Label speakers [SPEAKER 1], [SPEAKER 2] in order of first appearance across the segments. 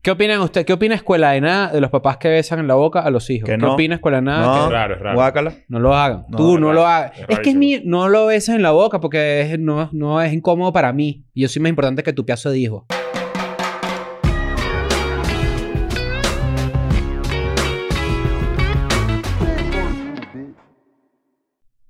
[SPEAKER 1] ¿Qué opinan ustedes? ¿Qué opina Escuela de Nada de los papás que besan en la boca a los hijos?
[SPEAKER 2] Que
[SPEAKER 1] ¿Qué
[SPEAKER 2] no.
[SPEAKER 1] opina Escuela de Nada?
[SPEAKER 2] No,
[SPEAKER 1] Que
[SPEAKER 3] raro, es raro.
[SPEAKER 2] guácala.
[SPEAKER 1] no lo hagan.
[SPEAKER 2] No,
[SPEAKER 1] Tú
[SPEAKER 2] es
[SPEAKER 1] no
[SPEAKER 2] raro.
[SPEAKER 1] lo hagas.
[SPEAKER 3] Es
[SPEAKER 1] Es que es
[SPEAKER 3] rarísimo.
[SPEAKER 1] mi, no lo beses en la boca porque es- no, no es incómodo para mí. Y yo soy más importante que tu piazo de hijo.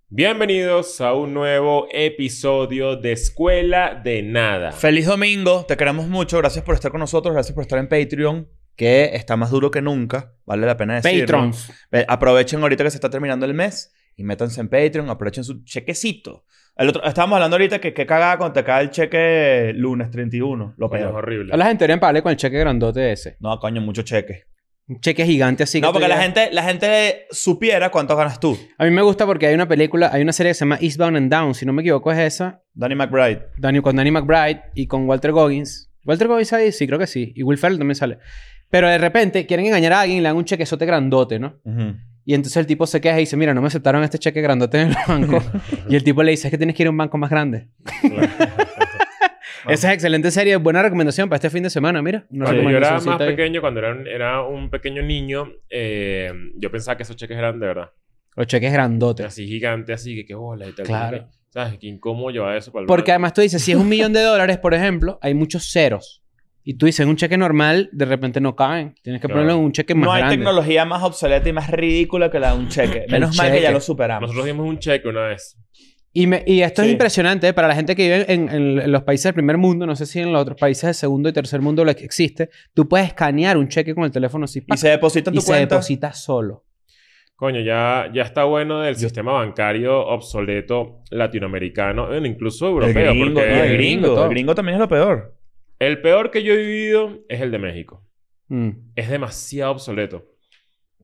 [SPEAKER 3] Bienvenidos a un nuevo episodio de Escuela de Nada.
[SPEAKER 2] Feliz domingo, te queremos mucho. Gracias por estar con nosotros, gracias por estar en Patreon, que está más duro que nunca. Vale la pena decirlo.
[SPEAKER 1] Patrons.
[SPEAKER 2] Ve- Aprovechen ahorita que se está terminando el mes y métanse en Patreon, aprovechen su chequecito. El otro, estábamos hablando ahorita que qué cagada cuando te cae el cheque lunes 31. Lo
[SPEAKER 3] Coño, es
[SPEAKER 2] peor.
[SPEAKER 3] horrible.
[SPEAKER 1] La gente debería pagarle con el cheque grandote ese.
[SPEAKER 2] No, coño, mucho cheque.
[SPEAKER 1] Un cheque gigante así. que
[SPEAKER 2] No,
[SPEAKER 1] tú
[SPEAKER 2] porque la
[SPEAKER 1] digas-
[SPEAKER 2] gente, la gente supiera cuánto ganas tú.
[SPEAKER 1] A mí me gusta porque hay una película, hay una serie que se llama Eastbound and Down. Si no me equivoco es esa.
[SPEAKER 2] Danny McBride.
[SPEAKER 1] Dani- con Danny McBride y con Walter Goggins. ¿Walter Goggins ahí? Sí, creo que sí. Y Will Ferrell también sale. Pero de repente quieren engañar a alguien y le dan un chequezote grandote, ¿no?
[SPEAKER 2] Ujú.
[SPEAKER 1] Y entonces el tipo se queja y dice, mira, no me aceptaron este cheque grandote en el banco. y el tipo le dice, es que tienes que ir a un banco más grande. Esa es excelente serie, buena recomendación para este fin de semana, mira. Una
[SPEAKER 3] cuando yo era
[SPEAKER 1] recomendacioncita
[SPEAKER 3] más
[SPEAKER 1] ahí.
[SPEAKER 3] pequeño, cuando era un, era un pequeño niño, eh, yo pensaba que esos cheques eran de verdad.
[SPEAKER 1] Los cheques grandotes.
[SPEAKER 3] Así gigante, así que qué bola y tal.
[SPEAKER 1] Claro.
[SPEAKER 3] ¿Sabes? Qué incómodo llevar eso para el
[SPEAKER 1] Porque
[SPEAKER 3] banco.
[SPEAKER 1] además tú dices, si es un millón de dólares, por ejemplo, hay muchos ceros. Y tú dices, en un cheque normal, de repente no caen. Tienes que
[SPEAKER 3] Claro.
[SPEAKER 1] ponerlo en un cheque más
[SPEAKER 2] No hay
[SPEAKER 1] grande.
[SPEAKER 2] tecnología más obsoleta y más ridícula que la de un cheque. Menos mal que
[SPEAKER 1] cheque.
[SPEAKER 2] ya lo superamos.
[SPEAKER 3] Nosotros dimos un cheque una vez.
[SPEAKER 1] Y, me- y esto es
[SPEAKER 2] Sí.
[SPEAKER 1] impresionante ¿eh? para la gente que vive en, en- en los países del primer mundo. No sé si en los otros países del segundo y tercer mundo lo ex- existe. Tú puedes escanear un cheque con el teléfono así.
[SPEAKER 2] Y
[SPEAKER 1] ¡pac!
[SPEAKER 2] se deposita en
[SPEAKER 1] y
[SPEAKER 2] tu
[SPEAKER 1] se
[SPEAKER 2] cuenta.
[SPEAKER 1] deposita solo.
[SPEAKER 3] Coño, ya, ya está bueno del sistema bancario obsoleto latinoamericano, bueno, incluso
[SPEAKER 2] el
[SPEAKER 3] europeo.
[SPEAKER 2] gringo,
[SPEAKER 3] porque
[SPEAKER 2] ¿no? el
[SPEAKER 1] el gringo,
[SPEAKER 2] gringo.
[SPEAKER 1] todo.
[SPEAKER 2] El gringo también es lo peor.
[SPEAKER 3] el peor que yo he vivido es el de México.
[SPEAKER 1] Mm.
[SPEAKER 3] Es demasiado obsoleto.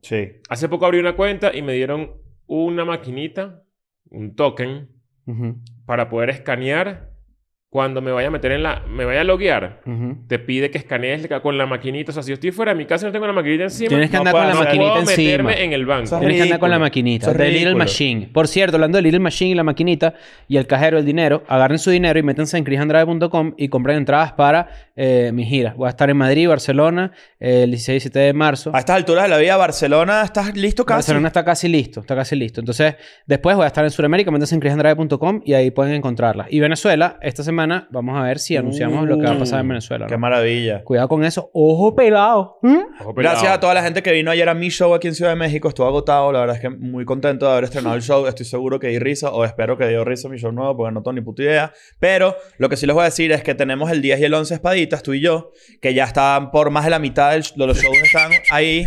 [SPEAKER 2] Sí.
[SPEAKER 3] Hace poco abrí una cuenta y me dieron una maquinita, un token,
[SPEAKER 1] Ujú,
[SPEAKER 3] para poder escanear. Cuando me vaya a meter en la... Me vaya a loguear,
[SPEAKER 1] ujú.
[SPEAKER 3] te pide que escanees con la maquinita. O sea, si yo estoy fuera de mi casa y no tengo la maquinita encima,
[SPEAKER 1] Tienes que
[SPEAKER 2] no
[SPEAKER 1] andar
[SPEAKER 2] puedo-
[SPEAKER 1] con la
[SPEAKER 3] no
[SPEAKER 1] maquinita
[SPEAKER 3] puedo
[SPEAKER 1] encima.
[SPEAKER 3] meterme en el banco.
[SPEAKER 2] Eso
[SPEAKER 1] Tienes que andar con la
[SPEAKER 2] Ridículo.
[SPEAKER 1] maquinita.
[SPEAKER 2] Eso es
[SPEAKER 1] The Little
[SPEAKER 2] ridículo.
[SPEAKER 1] Machine. Por cierto, hablando de Little Machine y la maquinita y el cajero, el dinero, agarren su dinero y métanse en chrisandrade.com y compren entradas para eh, mi gira. Voy a estar en Madrid, Barcelona, eh, el 16 y 17 de marzo.
[SPEAKER 2] A estas alturas de la vida, Barcelona, ¿estás listo Ah, casi?
[SPEAKER 1] Barcelona está casi listo, está casi listo. Entonces, después voy a estar en Sudamérica, métanse en chrisandrade.com y ahí pueden encontrarlas. Y Venezuela, esta semana vamos a ver si anunciamos lo que va a pasar en Venezuela.
[SPEAKER 2] Mm, Qué
[SPEAKER 1] ¿no?
[SPEAKER 2] maravilla.
[SPEAKER 1] Cuidado con eso. Ojo pelado. ¿Mm?
[SPEAKER 3] Ojo pelado.
[SPEAKER 2] Gracias a toda la gente que vino ayer a mi show aquí en Ciudad de México. Estuvo agotado. La verdad es que muy contento de haber estrenado el show. Estoy seguro que di risa o espero que dio risa mi show nuevo porque no tengo ni puta idea. Pero lo que sí les voy a decir es que tenemos el 10 y el 11 espaditas, tú y yo, que ya están por más de la mitad del- de los shows están ahí.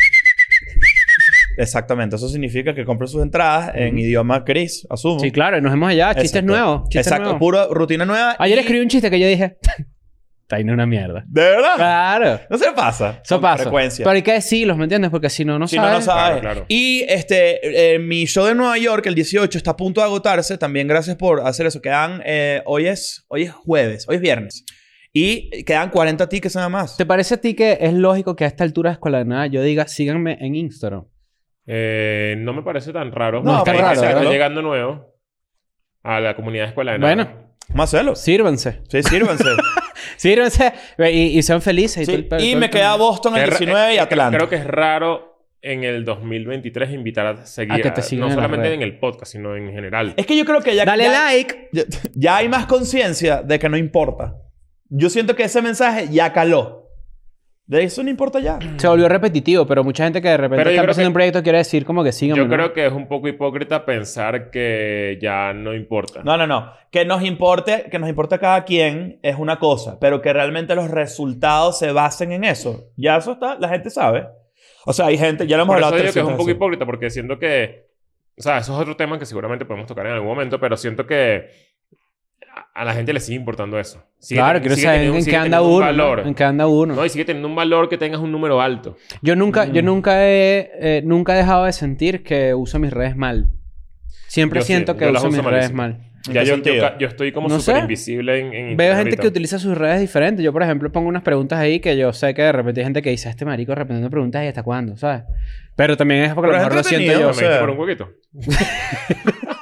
[SPEAKER 2] Exactamente. Eso significa que compren sus entradas en idioma gris, asumo.
[SPEAKER 1] Sí, claro, y nos vemos allá. Ah, Chistes
[SPEAKER 2] Exacto.
[SPEAKER 1] nuevos. Chistes
[SPEAKER 2] Exacto.
[SPEAKER 1] nuevos.
[SPEAKER 2] Pura rutina nueva.
[SPEAKER 1] Ayer
[SPEAKER 2] y-
[SPEAKER 1] escribí un chiste que yo dije, está en una mierda.
[SPEAKER 2] ¿De verdad?
[SPEAKER 1] Claro.
[SPEAKER 2] No se le pasa.
[SPEAKER 1] Eso
[SPEAKER 2] Con
[SPEAKER 1] pasa.
[SPEAKER 2] Frecuencia.
[SPEAKER 1] Pero hay que decirlos, ¿me entiendes? Porque si no, no
[SPEAKER 2] si
[SPEAKER 1] sabes.
[SPEAKER 2] no, no sabes.
[SPEAKER 3] Claro, claro.
[SPEAKER 2] Y este, eh, mi show de Nueva York, el 18, está a punto de agotarse. También gracias por hacer eso. Quedan, eh, hoy, es, hoy es jueves, hoy es viernes. Y quedan 40 tickets nada más.
[SPEAKER 1] ¿Te parece a ti que es lógico que a esta altura de escuela de nada yo diga síganme en Instagram?
[SPEAKER 3] Eh, no me parece tan raro.
[SPEAKER 2] No,
[SPEAKER 1] está
[SPEAKER 3] Porque hay
[SPEAKER 1] raro,
[SPEAKER 3] gente que está
[SPEAKER 2] ¿verdad?
[SPEAKER 3] llegando nuevo a la comunidad de escuela de nada.
[SPEAKER 1] Bueno,
[SPEAKER 2] Más celos.
[SPEAKER 1] sírvanse.
[SPEAKER 2] Sí, sírvanse.
[SPEAKER 1] Sírvanse y, y sean felices.
[SPEAKER 2] Sí,
[SPEAKER 1] todo el pe-
[SPEAKER 2] Y
[SPEAKER 1] todo
[SPEAKER 2] me
[SPEAKER 1] el
[SPEAKER 2] queda
[SPEAKER 1] tema.
[SPEAKER 2] Boston el
[SPEAKER 3] Es ra-
[SPEAKER 2] 19 y
[SPEAKER 3] es-
[SPEAKER 2] Atlanta.
[SPEAKER 3] eh, Creo que es raro en el 2023 invitar a seguir.
[SPEAKER 1] A que te sigan
[SPEAKER 3] no
[SPEAKER 1] en las
[SPEAKER 3] solamente
[SPEAKER 1] redes.
[SPEAKER 3] en el podcast, sino en general.
[SPEAKER 2] Es que yo creo que ya.
[SPEAKER 1] Dale
[SPEAKER 2] ya-
[SPEAKER 1] like.
[SPEAKER 2] Ya, ya hay más conciencia de que no importa. Yo siento que ese mensaje ya caló. De eso no importa ya.
[SPEAKER 1] Se volvió repetitivo, pero mucha gente que de repente
[SPEAKER 3] Pero yo
[SPEAKER 1] está
[SPEAKER 3] creo
[SPEAKER 1] empezando
[SPEAKER 3] que-
[SPEAKER 1] un proyecto quiere decir como que síganme.
[SPEAKER 3] Yo
[SPEAKER 1] ¿no?
[SPEAKER 3] creo que es un poco hipócrita pensar que ya no importa.
[SPEAKER 2] No, no, no. Que nos importe, que nos importe a cada quien es una cosa, pero que realmente los resultados se basen en eso. Ya eso está, la gente sabe. O sea, hay gente, ya lo hemos
[SPEAKER 3] Por eso
[SPEAKER 2] hablado
[SPEAKER 3] digo que es
[SPEAKER 2] 300
[SPEAKER 3] un poco
[SPEAKER 2] veces.
[SPEAKER 3] hipócrita, porque siento que. O sea, eso es otro tema que seguramente podemos tocar en algún momento, pero siento que a- a la gente le sigue importando eso. Sigue
[SPEAKER 1] Claro,
[SPEAKER 3] teni-
[SPEAKER 1] quiero
[SPEAKER 3] sigue
[SPEAKER 1] saber
[SPEAKER 3] teniendo-
[SPEAKER 1] en
[SPEAKER 3] sigue
[SPEAKER 1] qué anda
[SPEAKER 3] teniendo un
[SPEAKER 1] uno. ¿no?
[SPEAKER 3] valor.
[SPEAKER 1] En qué anda uno.
[SPEAKER 3] No, y sigue teniendo un valor que tengas un número alto.
[SPEAKER 1] Yo nunca,
[SPEAKER 3] Mm.
[SPEAKER 1] yo nunca he, eh, nunca he dejado de sentir que uso mis redes mal. Siempre
[SPEAKER 3] Yo sí,
[SPEAKER 1] siento que uso,
[SPEAKER 3] yo las uso
[SPEAKER 1] mis redes
[SPEAKER 3] malísimo.
[SPEAKER 1] mal.
[SPEAKER 2] ¿En
[SPEAKER 3] Ya
[SPEAKER 2] qué
[SPEAKER 3] yo, yo,
[SPEAKER 2] sentido?
[SPEAKER 3] ca- yo estoy como
[SPEAKER 1] No sé.
[SPEAKER 3] súper invisible en, en
[SPEAKER 1] Veo
[SPEAKER 3] internet
[SPEAKER 1] gente que
[SPEAKER 3] ahorita.
[SPEAKER 1] utiliza sus redes diferentes. Yo, por ejemplo, pongo unas preguntas ahí que yo sé que de repente hay gente que dice, este marico repitiendo preguntas y hasta cuándo, ¿sabes? Pero también es porque a lo
[SPEAKER 2] Pero es
[SPEAKER 1] mejor lo siento
[SPEAKER 2] entretenido,
[SPEAKER 1] yo.
[SPEAKER 3] Me
[SPEAKER 2] o sea.
[SPEAKER 3] metiste por un huequito.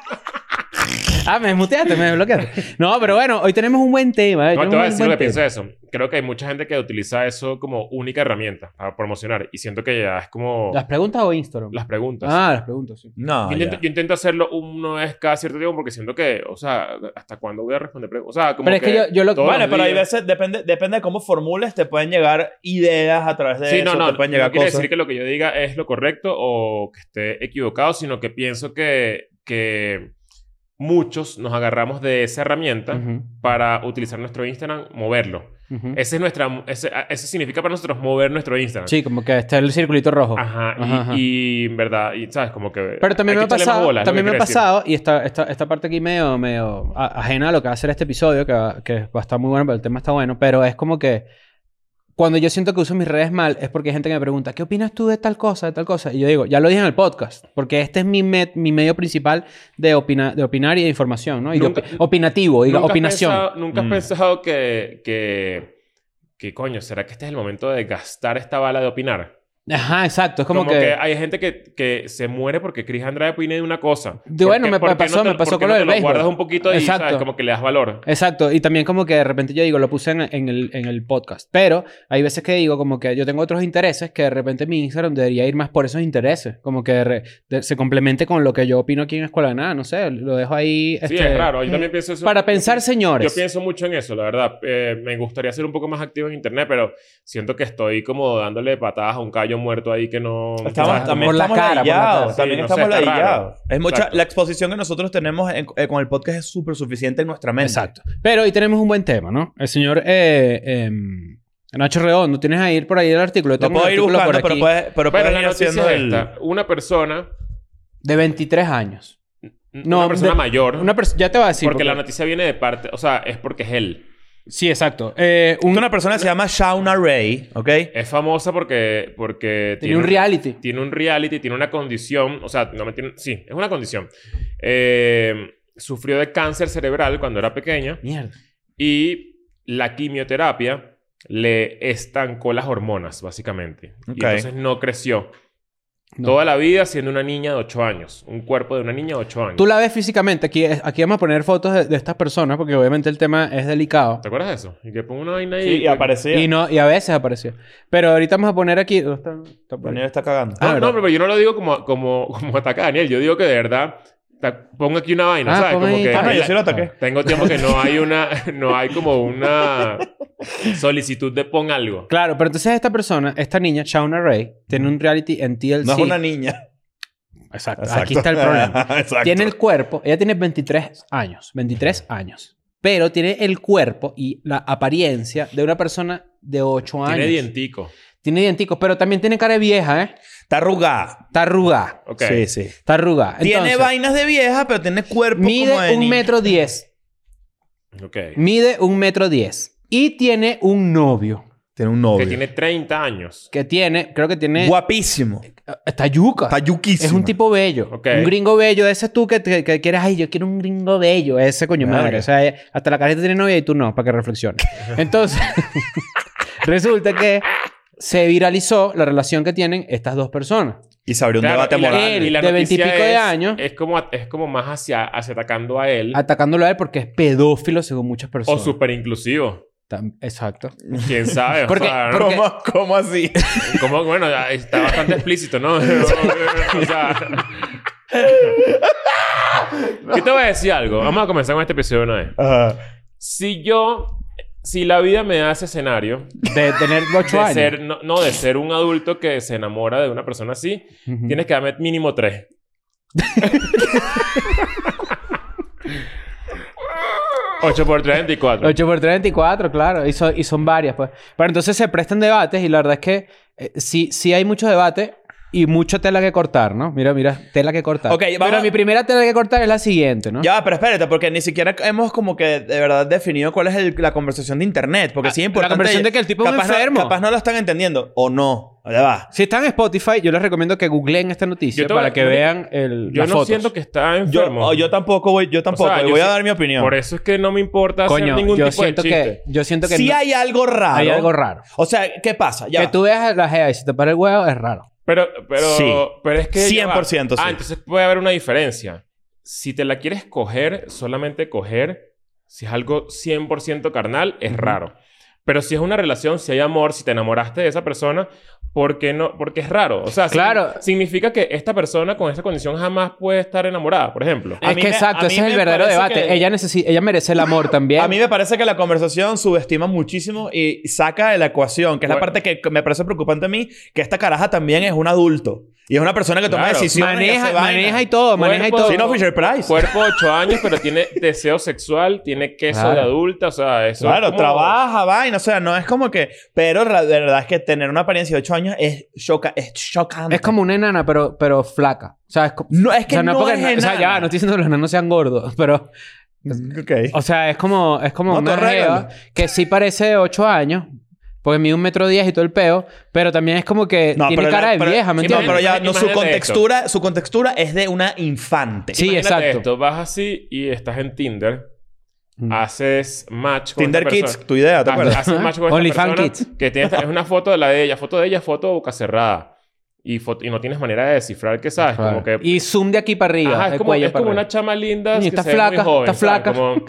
[SPEAKER 1] Ah, me desmuteaste, me desbloqueaste. No, pero bueno, hoy tenemos un buen tema. hoy
[SPEAKER 3] No, te
[SPEAKER 1] tenemos
[SPEAKER 3] voy a
[SPEAKER 1] un
[SPEAKER 3] decir
[SPEAKER 1] buen
[SPEAKER 3] lo que
[SPEAKER 1] tema.
[SPEAKER 3] pienso de eso. Creo que hay mucha gente que utiliza eso como única herramienta para promocionar. Y siento que ya es como
[SPEAKER 1] ¿Las
[SPEAKER 3] las,
[SPEAKER 1] preguntas o Instagram?
[SPEAKER 3] preguntas.
[SPEAKER 1] Ah, las preguntas, sí.
[SPEAKER 2] No,
[SPEAKER 3] yo,
[SPEAKER 2] ya.
[SPEAKER 3] intento, yo intento hacerlo una vez cada cierto tiempo porque siento que, o sea, ¿hasta cuándo voy a responder preguntas? O sea, como
[SPEAKER 1] Pero es que yo- yo lo-
[SPEAKER 3] todos
[SPEAKER 2] Bueno,
[SPEAKER 3] los
[SPEAKER 2] pero hay
[SPEAKER 3] días-
[SPEAKER 2] veces, depende, depende de cómo formules, te pueden llegar ideas a través de
[SPEAKER 3] Sí,
[SPEAKER 2] eso,
[SPEAKER 3] no, no.
[SPEAKER 2] te pueden
[SPEAKER 3] no
[SPEAKER 2] llegar
[SPEAKER 3] quiere
[SPEAKER 2] cosas.
[SPEAKER 3] decir que lo que yo diga es lo correcto o que esté equivocado, sino que pienso que, que muchos nos agarramos de esa herramienta
[SPEAKER 1] Ujú,
[SPEAKER 3] para utilizar nuestro Instagram, moverlo.
[SPEAKER 1] ujú.
[SPEAKER 3] Ese es nuestra, ese, eso significa para nosotros mover nuestro Instagram.
[SPEAKER 1] Sí, como que está el circulito rojo.
[SPEAKER 3] Ajá, y,
[SPEAKER 1] Ajá, ajá.
[SPEAKER 3] y, en verdad, y sabes, como que.
[SPEAKER 1] Pero también me
[SPEAKER 3] hay
[SPEAKER 1] ha
[SPEAKER 3] que echarle más
[SPEAKER 1] pasado,
[SPEAKER 3] bolas, es lo
[SPEAKER 1] también me
[SPEAKER 3] que
[SPEAKER 1] ha
[SPEAKER 3] quiero decir.
[SPEAKER 1] pasado y esta, esta, esta parte aquí medio, medio a- ajena a lo que va a ser este episodio, que, va- que va a estar muy bueno, pero el tema está bueno, pero es como que cuando yo siento que uso mis redes mal es porque hay gente que me pregunta, ¿qué opinas tú de tal cosa, de tal cosa? Y yo digo, ya lo dije en el podcast, porque este es mi, met- mi medio principal de, opina- de opinar y de información, ¿no? Y de
[SPEAKER 3] Nunca-
[SPEAKER 1] opi- opinativo, digo,
[SPEAKER 3] ¿Nunca has
[SPEAKER 1] opinación.
[SPEAKER 3] pensado- nunca has
[SPEAKER 2] Mm.
[SPEAKER 3] pensado que, que. que coño, ¿será que este es el momento de gastar esta bala de opinar?
[SPEAKER 1] Ajá, exacto, es como,
[SPEAKER 3] que... hay gente que, que se muere porque Chris Andrade opine de una cosa.
[SPEAKER 1] De-
[SPEAKER 3] ¿Por
[SPEAKER 1] bueno,
[SPEAKER 3] qué-
[SPEAKER 1] me-
[SPEAKER 3] por
[SPEAKER 1] me
[SPEAKER 3] qué
[SPEAKER 1] pasó-
[SPEAKER 3] te lo-
[SPEAKER 1] me pasó
[SPEAKER 3] por qué
[SPEAKER 1] con lo
[SPEAKER 3] no
[SPEAKER 1] del
[SPEAKER 3] te lo
[SPEAKER 1] béisbol.
[SPEAKER 3] guardas un poquito y
[SPEAKER 1] Exacto.
[SPEAKER 3] ¿sabes? como que le das valor.
[SPEAKER 1] Exacto, y también como que de repente yo digo, lo puse en, en el, en el podcast, pero hay veces que digo como que yo tengo otros intereses que de repente mi Instagram debería ir más por esos intereses, como que de re- de- se complemente con lo que yo opino aquí en Escuela de Nada, no sé, lo dejo ahí.
[SPEAKER 3] Sí,
[SPEAKER 1] este,
[SPEAKER 3] es raro. Yo también pienso eso.
[SPEAKER 1] Para pensar,
[SPEAKER 3] Yo
[SPEAKER 1] señores.
[SPEAKER 3] pienso mucho en eso, la verdad. Eh, me gustaría ser un poco más activo en internet, pero siento que estoy como dándole patadas a un callo muerto ahí que no.
[SPEAKER 2] Estamos,
[SPEAKER 1] Exacto.
[SPEAKER 2] también
[SPEAKER 1] Por la
[SPEAKER 2] estamos
[SPEAKER 1] cara, por la
[SPEAKER 2] ladillados,
[SPEAKER 1] cara.
[SPEAKER 2] También
[SPEAKER 3] Sí, no sé,
[SPEAKER 2] estamos
[SPEAKER 3] está raro.
[SPEAKER 2] ladillados. Es mucha,
[SPEAKER 3] Exacto.
[SPEAKER 2] la exposición que nosotros tenemos en- eh, con el podcast es súper suficiente en nuestra mente.
[SPEAKER 1] Exacto. Pero hoy tenemos un buen tema, ¿no? El señor eh, em, Nacho Redondo, tienes ahí por ahí el artículo. Yo
[SPEAKER 2] No
[SPEAKER 1] tengo
[SPEAKER 2] puedo
[SPEAKER 1] un
[SPEAKER 2] ir
[SPEAKER 1] artículo
[SPEAKER 2] buscando,
[SPEAKER 1] por
[SPEAKER 2] pero
[SPEAKER 1] aquí
[SPEAKER 2] puedes, pero
[SPEAKER 3] Pero
[SPEAKER 2] puedes
[SPEAKER 3] la
[SPEAKER 2] ir
[SPEAKER 3] noticia es
[SPEAKER 2] haciendo el...
[SPEAKER 3] esta. Una persona.
[SPEAKER 1] de 23 años. No,
[SPEAKER 3] una persona
[SPEAKER 1] de-
[SPEAKER 3] mayor.
[SPEAKER 1] Una pers- ya te voy a decir.
[SPEAKER 3] porque, la noticia viene de parte. O sea, es porque es él.
[SPEAKER 1] Sí, exacto. Eh, un-
[SPEAKER 2] Esto es una persona que se llama Shauna Ray, ¿ok?
[SPEAKER 3] Es famosa porque. porque
[SPEAKER 1] tenía un reality.
[SPEAKER 3] tiene un reality, tiene una condición, o sea, no me tiene, sí, es una condición. Eh, sufrió de cáncer cerebral cuando era pequeña
[SPEAKER 1] Mierda.
[SPEAKER 3] y la quimioterapia le estancó las hormonas, básicamente.
[SPEAKER 2] Ok.
[SPEAKER 3] Y entonces no creció.
[SPEAKER 1] No.
[SPEAKER 3] Toda la vida siendo una niña de 8 años, un cuerpo de una niña de 8 años.
[SPEAKER 1] Tú la ves físicamente. Aquí, aquí vamos a poner fotos de, de estas personas porque obviamente el tema es delicado.
[SPEAKER 3] ¿Te acuerdas de eso? Y que pongo una vaina ahí.
[SPEAKER 2] Sí, y aparecía.
[SPEAKER 1] Y, no, y a veces apareció. Pero ahorita vamos a poner aquí... ¿dónde está? Está por ahí.
[SPEAKER 2] Daniel está cagando.
[SPEAKER 1] Ah,
[SPEAKER 3] No,
[SPEAKER 1] ¿verdad?
[SPEAKER 3] no, pero yo no lo digo como, como, como atacar a Daniel. Yo digo que de verdad, ta- pongo aquí una vaina,
[SPEAKER 1] Ah,
[SPEAKER 3] ¿sabes?
[SPEAKER 1] pon
[SPEAKER 3] Como
[SPEAKER 1] ahí.
[SPEAKER 3] que,
[SPEAKER 2] Ah, no, yo
[SPEAKER 3] la-
[SPEAKER 2] sí lo ataqué.
[SPEAKER 3] Tengo tiempo que no hay una, no hay como una solicitud de pon algo.
[SPEAKER 1] Claro, pero entonces esta persona, esta niña, Shauna Ray, tiene un reality en TLC.
[SPEAKER 2] No es una niña.
[SPEAKER 1] Exacto.
[SPEAKER 2] Exacto.
[SPEAKER 1] Ah, Aquí está el problema.
[SPEAKER 2] Exacto.
[SPEAKER 1] tiene el cuerpo... Ella tiene 23 años. 23 años. Pero tiene el cuerpo y la apariencia de una persona de 8 años.
[SPEAKER 3] Tiene dientico.
[SPEAKER 1] Tiene dienticos, pero también tiene cara de vieja, ¿eh?
[SPEAKER 2] Está arrugada.
[SPEAKER 1] Está arrugada.
[SPEAKER 3] Ok.
[SPEAKER 2] Sí, sí.
[SPEAKER 1] Está arrugada.
[SPEAKER 2] tiene
[SPEAKER 1] Entonces,
[SPEAKER 2] vainas de vieja, pero tiene cuerpo como de
[SPEAKER 1] Mide un
[SPEAKER 2] niña.
[SPEAKER 1] metro diez.
[SPEAKER 3] Ok.
[SPEAKER 1] Mide un metro diez. Y tiene un novio.
[SPEAKER 2] Tiene un
[SPEAKER 3] Que
[SPEAKER 2] novio.
[SPEAKER 3] tiene 30 años.
[SPEAKER 1] Que tiene, creo que tiene. eh,
[SPEAKER 2] Guapísimo.
[SPEAKER 1] Está yuca.
[SPEAKER 2] Está yuquísimo.
[SPEAKER 1] Es un tipo bello.
[SPEAKER 3] Ok.
[SPEAKER 1] Un gringo bello. Ese es tú que, que- que quieres. Ay, yo quiero un gringo bello. Ese coño
[SPEAKER 2] Verga.
[SPEAKER 1] madre. O sea, eh, hasta la careta tiene novia y tú no, para que reflexiones. Entonces, resulta que se viralizó la relación que tienen estas dos personas.
[SPEAKER 2] Y se abrió un
[SPEAKER 3] Claro,
[SPEAKER 2] debate
[SPEAKER 3] y la-
[SPEAKER 2] moral.
[SPEAKER 1] Él,
[SPEAKER 3] y la
[SPEAKER 1] de
[SPEAKER 3] noticia
[SPEAKER 1] veintipico de
[SPEAKER 3] es-
[SPEAKER 1] años. Ah,
[SPEAKER 3] Es como, es como más hacia, hacia atacando a él.
[SPEAKER 1] Atacándolo a él porque es pedófilo, según muchas
[SPEAKER 3] o
[SPEAKER 1] personas.
[SPEAKER 3] súper inclusivo.
[SPEAKER 1] Tam- Exacto.
[SPEAKER 3] Quién sabe. O
[SPEAKER 1] Porque-
[SPEAKER 3] sea, ¿no?
[SPEAKER 1] porque-
[SPEAKER 2] ¿Cómo, cómo así?
[SPEAKER 3] Como- bueno, ya está bastante explícito, ¿no? o sea. Yo te voy a decir algo. Vamos a comenzar con este episodio de una vez. Si yo. Si la vida me da ese escenario,
[SPEAKER 1] De tener ocho
[SPEAKER 3] de
[SPEAKER 1] años.
[SPEAKER 3] ser, no, no, de ser un adulto que se enamora de una persona así,
[SPEAKER 1] Ujú.
[SPEAKER 3] tienes que darme mínimo tres. Ocho por tres, 24.
[SPEAKER 1] 8 por 34, claro. Y, so- y son varias, pues. Pero entonces se prestan debates y la verdad es que eh, sí, sí hay mucho debate y mucha tela que cortar, ¿no? Mira, mira, tela que cortar.
[SPEAKER 2] Ok, vamos-
[SPEAKER 1] Pero mi primera tela que cortar es la siguiente, ¿no?
[SPEAKER 2] Ya, va, pero espérate, porque ni siquiera hemos como que de verdad definido cuál es el- la conversación de internet. Porque
[SPEAKER 1] Ah,
[SPEAKER 2] sí es importante.
[SPEAKER 1] la conversación de que el tipo es un
[SPEAKER 2] Capaz no-
[SPEAKER 1] enfermo.
[SPEAKER 2] capaz no lo están entendiendo. O no. Ya va.
[SPEAKER 1] Si están en Spotify, yo les recomiendo que googleen esta noticia
[SPEAKER 3] Yo te voy a-
[SPEAKER 1] para que
[SPEAKER 3] yo-
[SPEAKER 1] vean el,
[SPEAKER 3] yo
[SPEAKER 1] las
[SPEAKER 3] no
[SPEAKER 1] fotos.
[SPEAKER 3] siento que está
[SPEAKER 2] Yo,
[SPEAKER 3] enfermo.
[SPEAKER 2] oh, yo tampoco voy, yo tampoco.
[SPEAKER 3] yo
[SPEAKER 2] voy a
[SPEAKER 3] sí-
[SPEAKER 2] dar mi opinión.
[SPEAKER 3] Por eso es que no me importa hacer
[SPEAKER 1] Coño,
[SPEAKER 3] ningún
[SPEAKER 1] yo
[SPEAKER 3] tipo de
[SPEAKER 1] siento que...
[SPEAKER 3] chiste.
[SPEAKER 1] Yo siento que
[SPEAKER 2] Si
[SPEAKER 1] no-
[SPEAKER 2] hay algo raro.
[SPEAKER 1] hay algo raro.
[SPEAKER 2] O sea, ¿qué pasa? Ya
[SPEAKER 1] que
[SPEAKER 2] va.
[SPEAKER 1] tú veas a la GEA y si te para el huevo es raro.
[SPEAKER 3] Pero, pero,
[SPEAKER 2] Sí.
[SPEAKER 3] pero es que. ya va.
[SPEAKER 2] 100% sí.
[SPEAKER 3] Ah, entonces puede haber una diferencia. si te la quieres coger, solamente coger, si es algo 100% carnal, es
[SPEAKER 1] Ujú.
[SPEAKER 3] raro. Pero si es una relación, si hay amor, si te enamoraste de esa persona, ¿por qué no? Porque es raro. O sea, si-
[SPEAKER 1] Claro.
[SPEAKER 3] significa que esta persona con esa condición jamás puede estar enamorada, por ejemplo.
[SPEAKER 2] A
[SPEAKER 1] Es
[SPEAKER 2] mí
[SPEAKER 1] que
[SPEAKER 2] me-
[SPEAKER 1] exacto,
[SPEAKER 2] a
[SPEAKER 1] ese
[SPEAKER 2] mí
[SPEAKER 1] es el
[SPEAKER 2] me
[SPEAKER 1] verdadero
[SPEAKER 2] parece
[SPEAKER 1] debate.
[SPEAKER 2] que-
[SPEAKER 1] Ella, necesi- ella merece el amor también.
[SPEAKER 2] A mí me parece que la conversación subestima muchísimo y saca de la ecuación, que es la
[SPEAKER 3] Bueno.
[SPEAKER 2] parte que me parece preocupante a mí, que esta caraja también es un adulto. Y es una persona que toma
[SPEAKER 3] Claro.
[SPEAKER 2] decisiones. y
[SPEAKER 1] maneja,
[SPEAKER 2] hace vainas.
[SPEAKER 1] maneja y todo, maneja y
[SPEAKER 3] Cuerpo-
[SPEAKER 1] todo.
[SPEAKER 2] Sí, no, Fisher Price.
[SPEAKER 3] Cuerpo 8 años, pero tiene deseo sexual, tiene queso
[SPEAKER 1] Claro.
[SPEAKER 3] de adulta, o sea, eso. es
[SPEAKER 2] Claro,
[SPEAKER 3] como-
[SPEAKER 2] trabaja, vaina. O sea, no es como que. Pero la de verdad es que tener una apariencia de 8 años es, choca, es chocante.
[SPEAKER 1] Es como una enana, pero, pero flaca. O sea, es co-
[SPEAKER 2] No, es
[SPEAKER 1] o
[SPEAKER 2] que
[SPEAKER 1] sea,
[SPEAKER 2] no,
[SPEAKER 1] porque-
[SPEAKER 2] es
[SPEAKER 1] O sea, ya, va, no estoy diciendo que los enanos sean gordos, pero...
[SPEAKER 2] enana. Mm, Ok.
[SPEAKER 1] O sea, es como, es como
[SPEAKER 2] No,
[SPEAKER 1] una
[SPEAKER 2] tú arréglalo.
[SPEAKER 1] jeva que sí parece de 8 años, porque mide un metro 10 y todo el peo, pero también es como que
[SPEAKER 2] No,
[SPEAKER 1] tiene
[SPEAKER 2] pero
[SPEAKER 1] cara
[SPEAKER 2] la-
[SPEAKER 1] de
[SPEAKER 2] pero-
[SPEAKER 1] vieja, ¿me
[SPEAKER 2] sí, no,
[SPEAKER 1] entiendes?
[SPEAKER 2] pero ya, no, su,
[SPEAKER 3] Imagínate
[SPEAKER 2] contextura, su contextura es de una infante.
[SPEAKER 1] Sí,
[SPEAKER 3] Imagínate
[SPEAKER 1] exacto.
[SPEAKER 3] Esto, vas así y estás en Tinder,
[SPEAKER 1] Mm.
[SPEAKER 2] Ah,
[SPEAKER 3] haces match con
[SPEAKER 2] Tinder
[SPEAKER 3] esta
[SPEAKER 2] Kids,
[SPEAKER 3] persona.
[SPEAKER 2] tu idea,
[SPEAKER 1] Ah,
[SPEAKER 2] ¿te
[SPEAKER 3] Ha-
[SPEAKER 2] acuerdas?
[SPEAKER 3] haces match con esta
[SPEAKER 1] OnlyFans
[SPEAKER 3] persona
[SPEAKER 1] Kids.
[SPEAKER 3] que tiene esta- es una foto de la de ella, foto de ella, foto boca cerrada. Y, foto- y no tienes manera de descifrar qué sabes,
[SPEAKER 1] Claro.
[SPEAKER 3] como que
[SPEAKER 1] Y zoom de aquí para arriba.
[SPEAKER 3] Ajá,
[SPEAKER 1] de
[SPEAKER 3] es como,
[SPEAKER 1] cuello
[SPEAKER 3] es
[SPEAKER 1] para
[SPEAKER 3] como
[SPEAKER 1] arriba.
[SPEAKER 3] una chama linda
[SPEAKER 1] Y
[SPEAKER 3] que
[SPEAKER 1] está
[SPEAKER 3] se ve muy
[SPEAKER 1] flaca,
[SPEAKER 3] joven,
[SPEAKER 1] está
[SPEAKER 3] ¿sabes?
[SPEAKER 1] flaca.
[SPEAKER 3] Como-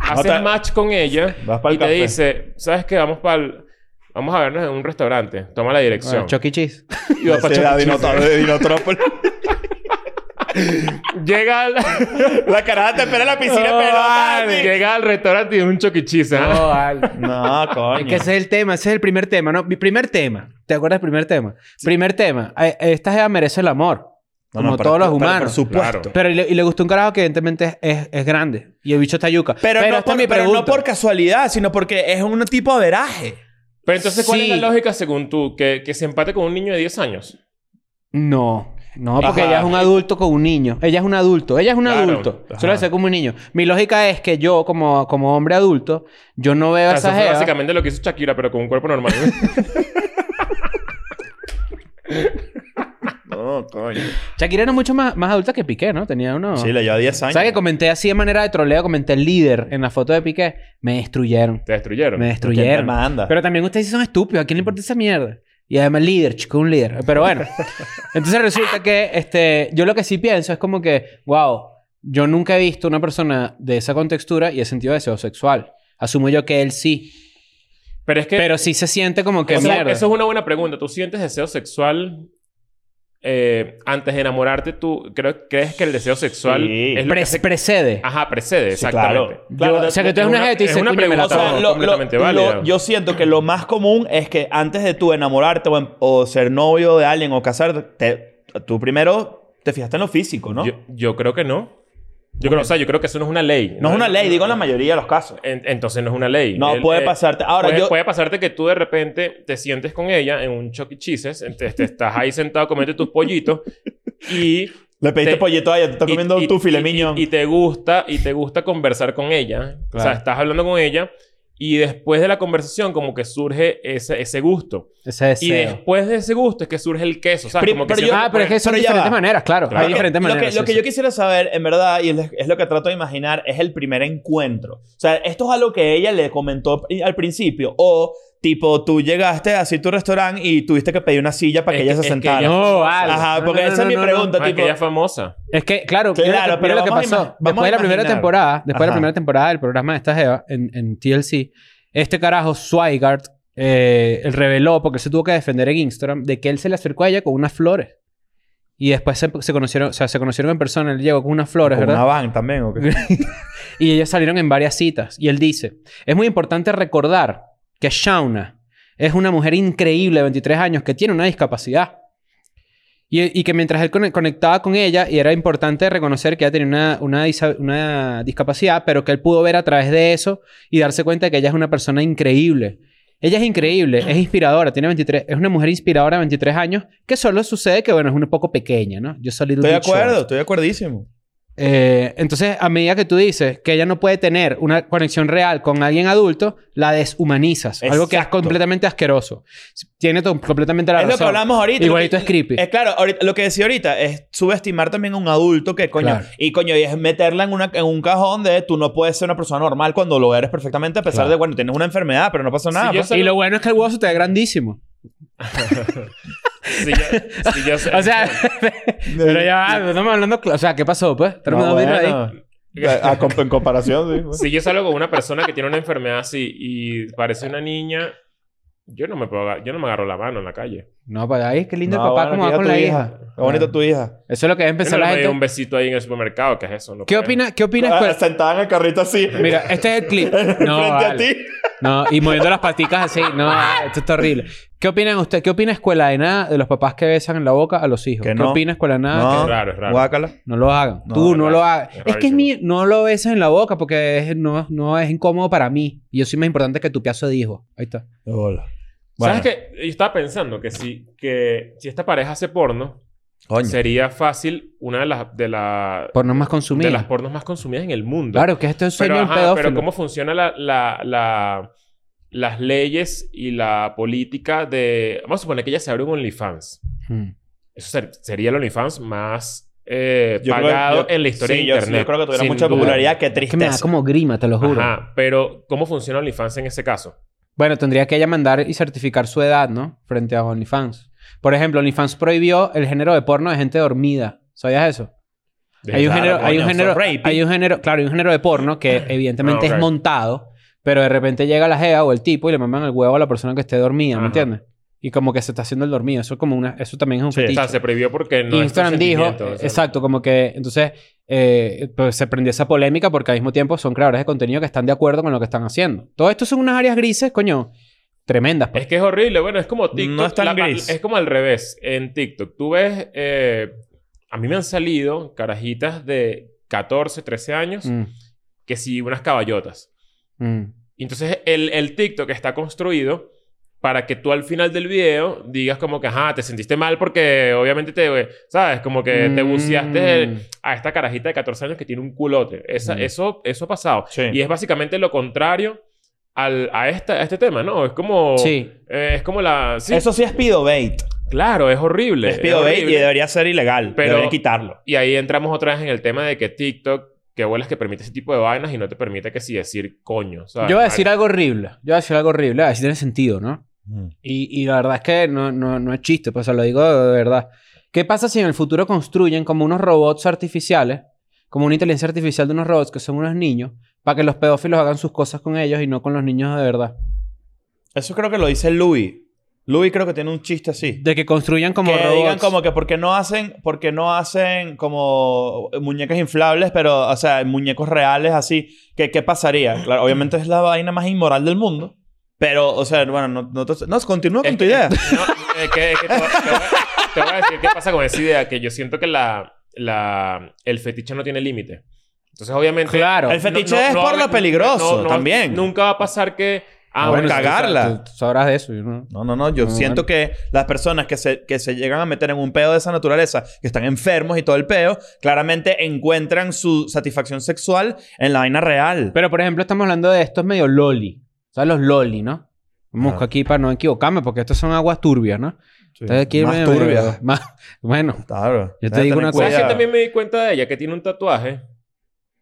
[SPEAKER 3] haces
[SPEAKER 2] te-
[SPEAKER 3] match con ella
[SPEAKER 2] Vas pa'l
[SPEAKER 3] y te
[SPEAKER 2] café.
[SPEAKER 3] dice, ¿sabes qué? Vamos para Vamos a vernos en un restaurante. Toma la dirección.
[SPEAKER 1] Ah, Chuck E. Cheese.
[SPEAKER 3] Y vas pa'
[SPEAKER 2] Sí, la
[SPEAKER 3] Chuck E.
[SPEAKER 2] dinota- de Dinotrópolis.
[SPEAKER 3] Cheese. Llega al...
[SPEAKER 2] La caraja te espera en la piscina,
[SPEAKER 3] No,
[SPEAKER 2] pero.
[SPEAKER 3] vale. Llega al restaurante y un choquichis. ¿eh?
[SPEAKER 1] No, vale.
[SPEAKER 2] No,
[SPEAKER 1] Es
[SPEAKER 2] Ah, coño.
[SPEAKER 1] que ese es el tema, ese es el primer tema, ¿no? Mi primer tema. ¿Te acuerdas del primer tema? Primer tema. eh, Esta jeva merece el amor.
[SPEAKER 2] No,
[SPEAKER 1] como
[SPEAKER 2] no, pero-
[SPEAKER 1] todos los
[SPEAKER 2] pero
[SPEAKER 1] humanos.
[SPEAKER 2] Por supuesto.
[SPEAKER 3] Claro.
[SPEAKER 1] Pero y le, y le gustó un carajo que evidentemente es, es- es grande. Y el bicho está yuca.
[SPEAKER 2] Pero, no
[SPEAKER 1] esta
[SPEAKER 2] por,
[SPEAKER 1] es mi
[SPEAKER 2] pero
[SPEAKER 1] pregunta.
[SPEAKER 2] no por casualidad, sino porque es un tipo de veraje.
[SPEAKER 3] Pero entonces, ¿cuál
[SPEAKER 1] Sí.
[SPEAKER 3] es la lógica según tú? ¿Que, que se empate con un niño de 10 años.
[SPEAKER 1] No. No, porque
[SPEAKER 2] Ajá.
[SPEAKER 1] ella es un adulto con un niño. Ella es un adulto. Ella es un
[SPEAKER 3] Claro.
[SPEAKER 1] adulto.
[SPEAKER 2] Ajá.
[SPEAKER 1] Solo ser como un niño. Mi lógica es que yo, como, como hombre adulto, yo no veo
[SPEAKER 3] O
[SPEAKER 1] a
[SPEAKER 3] sea, eso
[SPEAKER 1] esa
[SPEAKER 3] fue
[SPEAKER 1] jeva.
[SPEAKER 3] básicamente lo que hizo Shakira, pero con un cuerpo normal.
[SPEAKER 2] No, coño.
[SPEAKER 1] Shakira era mucho más, más adulta que Piqué, ¿no? Tenía uno...
[SPEAKER 2] Sí, le lleva 10 años.
[SPEAKER 1] ¿Sabes que comenté así de manera de troleo? Comenté el líder en la foto de Piqué. Me destruyeron.
[SPEAKER 3] Te destruyeron.
[SPEAKER 1] Me
[SPEAKER 2] ¿Quién te
[SPEAKER 1] destruyeron.
[SPEAKER 2] manda?
[SPEAKER 1] Pero también ustedes sí son estúpidos. ¿A quién le importa esa mierda? Y además líder, chico, un líder. Pero bueno. Entonces resulta que este, yo lo que sí pienso es como que, wow, yo nunca he visto una persona de esa contextura y de sentido de deseo sexual. Asumo yo que él sí.
[SPEAKER 3] Pero es que...
[SPEAKER 1] Pero sí se siente como que
[SPEAKER 3] eso,
[SPEAKER 1] mierda.
[SPEAKER 3] eso es una buena pregunta. ¿Tú sientes deseo sexual eh, antes de enamorarte? ¿Tú creo- crees que el deseo sexual
[SPEAKER 2] Sí.
[SPEAKER 3] es lo que
[SPEAKER 1] Pre-
[SPEAKER 3] hace-
[SPEAKER 1] precede.
[SPEAKER 3] Ajá, precede,
[SPEAKER 2] Sí,
[SPEAKER 3] exactamente.
[SPEAKER 2] claro.
[SPEAKER 1] Yo-
[SPEAKER 2] Claro,
[SPEAKER 1] o sea, que tú
[SPEAKER 3] es
[SPEAKER 1] eres una
[SPEAKER 3] una-
[SPEAKER 1] gente y
[SPEAKER 3] es
[SPEAKER 1] dices,
[SPEAKER 3] una
[SPEAKER 1] "Coño, me la
[SPEAKER 2] O
[SPEAKER 3] pregunta,
[SPEAKER 1] acabo".
[SPEAKER 2] sea,
[SPEAKER 3] Todo
[SPEAKER 2] lo-
[SPEAKER 3] completamente
[SPEAKER 2] lo-
[SPEAKER 3] válido.
[SPEAKER 2] lo- yo siento que lo más común es que antes de tú enamorarte o, en- o ser novio de alguien o casarte, te- tú primero te fijaste en lo físico, ¿no?
[SPEAKER 3] Yo, yo creo que no. Yo creo, o sea, yo creo que eso no es una ley.
[SPEAKER 2] no es una ley, digo en la mayoría de los casos.
[SPEAKER 3] En- entonces no es una ley.
[SPEAKER 2] No,
[SPEAKER 3] El-
[SPEAKER 2] puede
[SPEAKER 3] eh,
[SPEAKER 2] pasarte. Ahora
[SPEAKER 3] puede,
[SPEAKER 2] yo.
[SPEAKER 3] puede pasarte que tú de repente te sientes con ella en un choque chises, te, te estás ahí sentado comiendo tus pollitos y
[SPEAKER 2] le pediste
[SPEAKER 3] te-
[SPEAKER 2] pollito a ella, te está
[SPEAKER 3] y-
[SPEAKER 2] comiendo
[SPEAKER 3] y-
[SPEAKER 2] tu filet
[SPEAKER 3] y-
[SPEAKER 2] mignon.
[SPEAKER 3] Y, y te gusta, y te gusta conversar con ella. O sea,
[SPEAKER 1] Claro.
[SPEAKER 3] estás hablando con ella y después de la conversación como que surge ese, ese gusto.
[SPEAKER 1] Ese deseo.
[SPEAKER 3] Y después de ese gusto es que surge el queso. O sea,
[SPEAKER 2] Pri-
[SPEAKER 3] como que
[SPEAKER 2] pero
[SPEAKER 3] siento
[SPEAKER 1] ah, pero es que son
[SPEAKER 2] Pero ya
[SPEAKER 1] diferentes
[SPEAKER 2] va.
[SPEAKER 1] maneras, claro.
[SPEAKER 3] Claro.
[SPEAKER 1] Hay diferentes
[SPEAKER 2] Lo que-
[SPEAKER 1] maneras.
[SPEAKER 2] Lo que,
[SPEAKER 1] sí,
[SPEAKER 2] yo
[SPEAKER 1] sí.
[SPEAKER 2] quisiera saber, en verdad, y es, es lo que trato de imaginar, es el primer encuentro. O sea, esto es algo que ella le comentó pri- al principio. O, tipo, tú llegaste así a tu restaurante y tuviste que pedir una silla para
[SPEAKER 3] Es
[SPEAKER 2] que ella se
[SPEAKER 3] que- es que
[SPEAKER 2] sentara.
[SPEAKER 3] ella-
[SPEAKER 1] No, Oh, vale.
[SPEAKER 2] Ajá, porque
[SPEAKER 1] No, no,
[SPEAKER 2] esa es
[SPEAKER 1] no,
[SPEAKER 2] mi
[SPEAKER 1] no, no.
[SPEAKER 2] pregunta,
[SPEAKER 3] Ay,
[SPEAKER 2] tipo.
[SPEAKER 3] que ella es famosa.
[SPEAKER 1] Es que, claro, mira
[SPEAKER 2] Claro,
[SPEAKER 1] lo que- mira
[SPEAKER 2] pero
[SPEAKER 1] lo que
[SPEAKER 2] vamos a ima-
[SPEAKER 1] pasó.
[SPEAKER 2] vamos a
[SPEAKER 1] Después de la primera
[SPEAKER 2] imaginar.
[SPEAKER 1] temporada, después de la
[SPEAKER 2] Ajá.
[SPEAKER 1] primera temporada del programa de esta Jeva en, en TLC, este carajo Swigart eh, él reveló, porque él se tuvo que defender en Instagram, de que él se le acercó a ella con unas flores. Y después se, se conocieron, o sea, se conocieron en persona, él llegó con unas flores,
[SPEAKER 2] Como
[SPEAKER 1] ¿verdad?
[SPEAKER 2] una van también, ¿o qué?
[SPEAKER 1] Y ellas salieron en varias citas. Y él dice, es muy importante recordar que Shauna es una mujer increíble de 23 años que tiene una discapacidad. Y, y que mientras él con- conectaba con ella, y era importante reconocer que ella tenía una, una, disa- una discapacidad, pero que él pudo ver a través de eso y darse cuenta de que ella es una persona increíble. Ella es increíble, es inspiradora, tiene 23, es una mujer inspiradora de 23 años, que solo sucede que, bueno, es un poco pequeña, ¿no? Yo soy
[SPEAKER 2] Estoy de acuerdo, estoy de acuerdísimo.
[SPEAKER 1] eh, entonces, a medida que tú dices que ella no puede tener una conexión real con alguien adulto, la deshumanizas. Algo que es
[SPEAKER 2] Exacto.
[SPEAKER 1] completamente asqueroso. Tiene to- completamente la
[SPEAKER 2] Es lo que
[SPEAKER 1] razón.
[SPEAKER 2] hablamos ahorita.
[SPEAKER 1] Igualito
[SPEAKER 2] Lo que-
[SPEAKER 1] es creepy.
[SPEAKER 2] Es claro, ahorita- lo que decía ahorita es subestimar también a un adulto que, coño,
[SPEAKER 1] Claro.
[SPEAKER 2] y coño, y es meterla en, una, en un cajón de tú no puedes ser una persona normal cuando lo eres perfectamente, a pesar
[SPEAKER 1] Claro.
[SPEAKER 2] de, Ah, bueno, tienes una enfermedad, pero no pasa nada.
[SPEAKER 3] yo
[SPEAKER 2] pues.
[SPEAKER 3] sé-
[SPEAKER 1] Y lo bueno es que el hueso te ve grandísimo.
[SPEAKER 3] Si yo, si yo sé-
[SPEAKER 1] O sea,
[SPEAKER 2] pues.
[SPEAKER 1] pero ya, va, no estamos hablando. cl- O sea, ¿qué pasó, pues? Terminó de abrir ahí.
[SPEAKER 2] A- a comp- Ah, en comparación, sí.
[SPEAKER 3] si yo salgo con una persona que tiene una enfermedad así y parece una niña, yo no me puedo, aga- yo no me agarro la mano en la calle.
[SPEAKER 1] No, pues ahí, qué lindo
[SPEAKER 2] No,
[SPEAKER 1] el papá,
[SPEAKER 2] bueno,
[SPEAKER 1] como va
[SPEAKER 2] mira
[SPEAKER 1] con
[SPEAKER 2] tu
[SPEAKER 1] la hija.
[SPEAKER 2] Qué bonita tu hija.
[SPEAKER 1] Eso es lo que debe
[SPEAKER 3] Yo
[SPEAKER 1] empezar
[SPEAKER 3] no le
[SPEAKER 1] Pues la
[SPEAKER 3] doy un
[SPEAKER 1] gente.
[SPEAKER 3] besito ahí en el supermercado, ¿qué es eso? No
[SPEAKER 1] ¿Qué
[SPEAKER 3] puedo.
[SPEAKER 1] opinas? ¿Qué opinas?
[SPEAKER 2] Ah,
[SPEAKER 1] pues?
[SPEAKER 2] Sentada en el carrito así.
[SPEAKER 1] Mira, este es el clip. No,
[SPEAKER 2] frente a
[SPEAKER 1] vale.
[SPEAKER 2] ti.
[SPEAKER 1] No, y moviendo las paticas así. No, esto está horrible. ¿Qué opinan usted? ¿Qué opina escuela de nada de los papás que besan en la boca a los hijos?
[SPEAKER 2] Que
[SPEAKER 1] ¿Qué
[SPEAKER 2] no.
[SPEAKER 1] opina escuela de nada?
[SPEAKER 2] No.
[SPEAKER 1] Que-
[SPEAKER 3] Es raro, es raro.
[SPEAKER 2] Guácala.
[SPEAKER 1] No lo hagan.
[SPEAKER 2] No,
[SPEAKER 1] Tú
[SPEAKER 3] es
[SPEAKER 1] no
[SPEAKER 3] raro.
[SPEAKER 1] lo hagas.
[SPEAKER 3] Es
[SPEAKER 1] Es que es
[SPEAKER 3] rarísimo.
[SPEAKER 1] mi, no lo beses en la boca porque es- no, no es incómodo para mí. Y yo soy más importante que tu piazo de hijo. Ahí está.
[SPEAKER 2] Hola.
[SPEAKER 3] ¿Sabes qué? Yo estaba pensando que si, que si esta pareja hace porno,
[SPEAKER 2] Coño.
[SPEAKER 3] sería fácil una de las de, la-
[SPEAKER 1] Por no más consumir.
[SPEAKER 3] de las pornos más consumidas en el mundo.
[SPEAKER 1] Claro, que esto es este sueño
[SPEAKER 3] pero,
[SPEAKER 1] del
[SPEAKER 3] ajá,
[SPEAKER 1] pedófilo.
[SPEAKER 3] pero cómo funciona la, la- la- las leyes y la política de... Vamos a suponer que ella se abre un OnlyFans.
[SPEAKER 1] Mm.
[SPEAKER 3] Eso ser- sería el OnlyFans más eh,
[SPEAKER 2] Yo creo-
[SPEAKER 3] pagado
[SPEAKER 2] yo-
[SPEAKER 3] en la historia
[SPEAKER 2] sí,
[SPEAKER 3] de
[SPEAKER 2] yo-
[SPEAKER 3] Internet.
[SPEAKER 2] sí, yo creo que tuviera
[SPEAKER 3] sin
[SPEAKER 2] mucha
[SPEAKER 3] duda.
[SPEAKER 2] popularidad. Qué
[SPEAKER 1] Es que me da
[SPEAKER 2] tristeza.
[SPEAKER 1] como grima, te lo juro.
[SPEAKER 3] Ajá, pero ¿cómo funciona OnlyFans en ese caso?
[SPEAKER 1] Bueno, tendría que ella mandar y certificar su edad, ¿no? Frente a OnlyFans. Por ejemplo, OnlyFans prohibió el género de porno de gente dormida. ¿Sabías eso?
[SPEAKER 3] De-
[SPEAKER 1] Hay un
[SPEAKER 2] claro,
[SPEAKER 1] género, hay
[SPEAKER 2] coño,
[SPEAKER 1] un género,
[SPEAKER 2] son rapey.
[SPEAKER 1] hay un género, claro, hay un género de porno que evidentemente
[SPEAKER 3] Ah, ok.
[SPEAKER 1] es montado, pero de repente llega la jeva o el tipo y le maman el huevo a la persona que esté dormida,
[SPEAKER 3] Ajá.
[SPEAKER 1] ¿me entiendes? Y como que se está haciendo el dormido, eso es como una, eso también es un
[SPEAKER 2] Sí,
[SPEAKER 3] o
[SPEAKER 1] fetiche.
[SPEAKER 3] sea, se prohibió porque no es
[SPEAKER 1] Instagram dijo,
[SPEAKER 3] consentimiento, o sea,
[SPEAKER 1] exacto, como que entonces eh, pues, se prendió esa polémica porque al mismo tiempo son creadores de contenido que están de acuerdo con lo que están haciendo. Todo esto son unas áreas grises, coño, tremendas. pues.
[SPEAKER 3] Es que es horrible. Bueno, es como TikTok.
[SPEAKER 2] No es tan gris.
[SPEAKER 3] Es como al revés. En TikTok, tú ves... eh, a mí me han salido carajitas de 14, 13 años
[SPEAKER 1] Mm,
[SPEAKER 3] que sí, unas caballotas.
[SPEAKER 1] mm.
[SPEAKER 3] Y entonces el, el TikTok está construido para que tú al final del video digas como que, ajá, te sentiste mal porque obviamente te, ¿sabes? Como que te
[SPEAKER 1] Mm.
[SPEAKER 3] buceaste a esta carajita de 14 años que tiene un culote. Esa-
[SPEAKER 1] Mm.
[SPEAKER 3] eso, eso ha pasado.
[SPEAKER 2] Sí.
[SPEAKER 3] Y es básicamente lo contrario al, a, esta, a este tema, ¿no? Es como...
[SPEAKER 1] Sí.
[SPEAKER 3] eh, es como la... Sí,
[SPEAKER 2] Eso sí es bait.
[SPEAKER 3] claro, es horrible.
[SPEAKER 2] Es bait y
[SPEAKER 3] horrible.
[SPEAKER 2] debería ser ilegal.
[SPEAKER 3] Pero-
[SPEAKER 2] Debería quitarlo.
[SPEAKER 3] Y ahí entramos otra vez en el tema de que TikTok, que vuelas que permite ese tipo de vainas y no te permite que sí decir coño, ¿sabes?
[SPEAKER 1] Yo voy a decir algo horrible, yo voy a decir algo horrible, a ver si tiene sentido, ¿no?
[SPEAKER 2] Mm.
[SPEAKER 1] Y, y la verdad es que no, no, no es chiste, pues se lo digo de verdad. ¿Qué pasa si en el futuro construyen como unos robots artificiales, como una inteligencia artificial de unos robots que son unos niños, para que los pedófilos hagan sus cosas con ellos y no con los niños de verdad?
[SPEAKER 2] Eso creo que lo dice Louis. Louis creo que tiene un chiste así.
[SPEAKER 1] De que construyan como
[SPEAKER 2] que
[SPEAKER 1] robots.
[SPEAKER 2] digan como que por qué no hacen, por qué no hacen como muñecas inflables, pero, o sea, muñecos reales así. ¿Qué, qué pasaría? Claro, obviamente es la vaina más inmoral del mundo. Pero, o sea, bueno, no, no, te- no, continúa con
[SPEAKER 3] Es
[SPEAKER 2] tu
[SPEAKER 3] que-
[SPEAKER 2] idea.
[SPEAKER 3] No, eh, que- que te, voy- te voy a- te voy a decir qué pasa con esa idea, que yo siento que la, la, el fetiche no tiene límite. Entonces, obviamente...
[SPEAKER 1] Claro.
[SPEAKER 2] El fetiche es por lo
[SPEAKER 3] no-
[SPEAKER 2] peligroso
[SPEAKER 3] no- no-
[SPEAKER 2] también.
[SPEAKER 3] Nunca va a pasar que... Ah,
[SPEAKER 2] No,
[SPEAKER 3] bueno,
[SPEAKER 2] ca- cagarla.
[SPEAKER 1] tú- tú sabrás de eso. yo no-
[SPEAKER 2] No, no, no. Yo
[SPEAKER 1] Ah,
[SPEAKER 2] siento que las personas que se, que se llegan a meter en un peo de esa naturaleza, que están enfermos y todo el peo, claramente encuentran su satisfacción sexual en la vaina real.
[SPEAKER 1] Pero por ejemplo, estamos hablando de estos medio loli. ¿Sabes los loli, no? Vamos
[SPEAKER 2] Ah.
[SPEAKER 1] aquí para no equivocarme, porque estos son aguas turbias, ¿no? Entonces aquí
[SPEAKER 2] Más
[SPEAKER 1] me- me-
[SPEAKER 2] turbia.
[SPEAKER 1] más- bueno,
[SPEAKER 2] Claro.
[SPEAKER 1] Yo te
[SPEAKER 2] Debes
[SPEAKER 1] digo
[SPEAKER 2] tener
[SPEAKER 1] una cosa.
[SPEAKER 3] ¿Sabes
[SPEAKER 2] cuidado.
[SPEAKER 3] que Ah, también me di cuenta de ella? Que tiene un tatuaje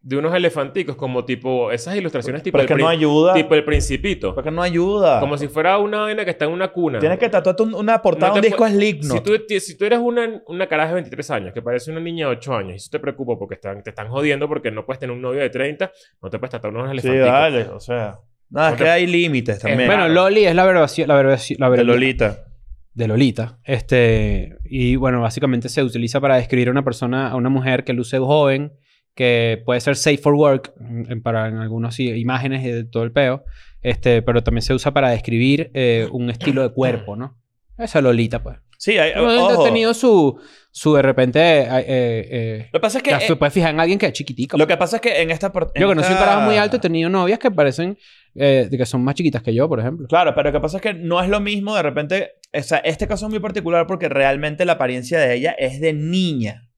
[SPEAKER 3] de unos elefanticos como tipo... Esas ilustraciones tipo,
[SPEAKER 2] Pero es que
[SPEAKER 3] el,
[SPEAKER 2] no
[SPEAKER 3] prin-
[SPEAKER 2] ayuda.
[SPEAKER 3] tipo el principito.
[SPEAKER 2] Porque no ayuda.
[SPEAKER 3] Como si fuera una vaina que está en una cuna.
[SPEAKER 2] Tienes que tatuarte un- una portada,
[SPEAKER 3] No te
[SPEAKER 2] un disco
[SPEAKER 3] pu-
[SPEAKER 2] Slipknot.
[SPEAKER 3] Si tú, ti- si tú eres una, una caraja de 23 años que parece una niña de 8 años y eso te preocupa porque están, te están jodiendo porque no puedes tener un novio de 30, no te puedes tratar unos
[SPEAKER 2] Sí,
[SPEAKER 3] elefanticos.
[SPEAKER 2] dale. O sea... No, es
[SPEAKER 3] No
[SPEAKER 2] que
[SPEAKER 3] te-
[SPEAKER 2] hay límites también.
[SPEAKER 1] bueno,
[SPEAKER 3] Claro.
[SPEAKER 1] loli es la abreviación, la abreviación, la
[SPEAKER 2] de
[SPEAKER 1] abreviación-
[SPEAKER 2] Lolita.
[SPEAKER 1] de Lolita. Este, y bueno, básicamente se utiliza para describir a una persona, a una mujer que luce joven, que puede ser safe for work, en, para en algunas sí, imágenes y de todo el peo, este, pero también se usa para describir eh, un estilo de cuerpo, ¿no? Esa Lolita, pues.
[SPEAKER 2] Sí, hay,
[SPEAKER 1] Ha
[SPEAKER 2] Eh, ojo.
[SPEAKER 1] tenido su, su de repente, eh, eh, eh,
[SPEAKER 2] Lo que pasa es que...
[SPEAKER 1] ya
[SPEAKER 2] eh,
[SPEAKER 1] se puede fijar en alguien que es chiquitico.
[SPEAKER 2] lo Ah. que pasa es que en esta... por- en
[SPEAKER 1] Yo conocí un
[SPEAKER 2] esta-
[SPEAKER 1] carajo muy alto, he tenido novias que parecen eh, que son más chiquitas que yo, por ejemplo.
[SPEAKER 2] Claro, pero lo que pasa es que no es lo mismo de repente. O sea, este caso es muy particular porque realmente la apariencia de ella es de niña.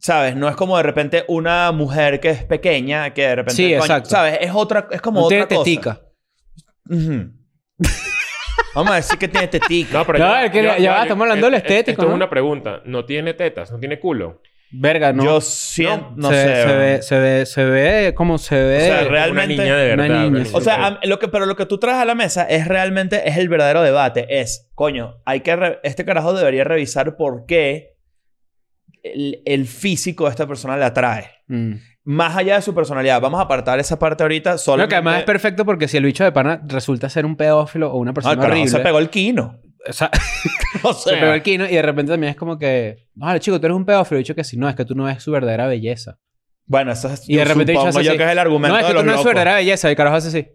[SPEAKER 2] ¿Sabes? No es como de repente una mujer que es pequeña, que de repente.
[SPEAKER 1] Sí, exacto.
[SPEAKER 2] ¿Sabes? Es otra. Es como
[SPEAKER 1] No tiene
[SPEAKER 2] otra cosa.
[SPEAKER 1] tetica.
[SPEAKER 2] Ujú. Vamos a decir que tiene tetica.
[SPEAKER 3] No, pero
[SPEAKER 1] No, es que ya va, estamos hablando de lo
[SPEAKER 3] esto-
[SPEAKER 1] estético,
[SPEAKER 3] Esto es
[SPEAKER 1] ¿no?
[SPEAKER 3] una pregunta. No tiene tetas, no tiene culo.
[SPEAKER 1] Verga, no.
[SPEAKER 2] Yo siento, no,
[SPEAKER 1] se,
[SPEAKER 2] sé.
[SPEAKER 1] ve- se
[SPEAKER 2] weón.
[SPEAKER 1] ve, se ve, se ve como se ve.
[SPEAKER 2] O sea, real-
[SPEAKER 3] Una
[SPEAKER 2] realmente,
[SPEAKER 3] niña de
[SPEAKER 1] una
[SPEAKER 3] verdad.
[SPEAKER 1] niña,
[SPEAKER 3] una
[SPEAKER 1] sí.
[SPEAKER 2] O sea, a- lo que, pero lo que tú traes a la mesa es realmente es el verdadero debate. Es, coño, hay que re- este carajo debería revisar por qué el, el físico de esta persona le atrae.
[SPEAKER 1] Mm.
[SPEAKER 2] Más allá de su personalidad. Vamos a apartar esa parte ahorita. Solo
[SPEAKER 1] No, que además es perfecto porque si el bicho de pana resulta ser un pedófilo o una persona horrible.
[SPEAKER 2] se pegó el quino.
[SPEAKER 1] O sea,
[SPEAKER 2] O
[SPEAKER 1] se
[SPEAKER 2] sea,
[SPEAKER 1] pegó el quino y de repente también es como que. Vale, chico, tú eres un pedófilo. Y el bicho que si no, es que tú no ves su verdadera belleza.
[SPEAKER 2] bueno, eso es,
[SPEAKER 1] Y de repente
[SPEAKER 2] supongo
[SPEAKER 1] dices
[SPEAKER 2] yo
[SPEAKER 1] así,
[SPEAKER 2] que es el argumento
[SPEAKER 1] No, es que tú
[SPEAKER 2] de los
[SPEAKER 1] no ves su
[SPEAKER 2] locos.
[SPEAKER 1] verdadera belleza. Y el carajo hace así.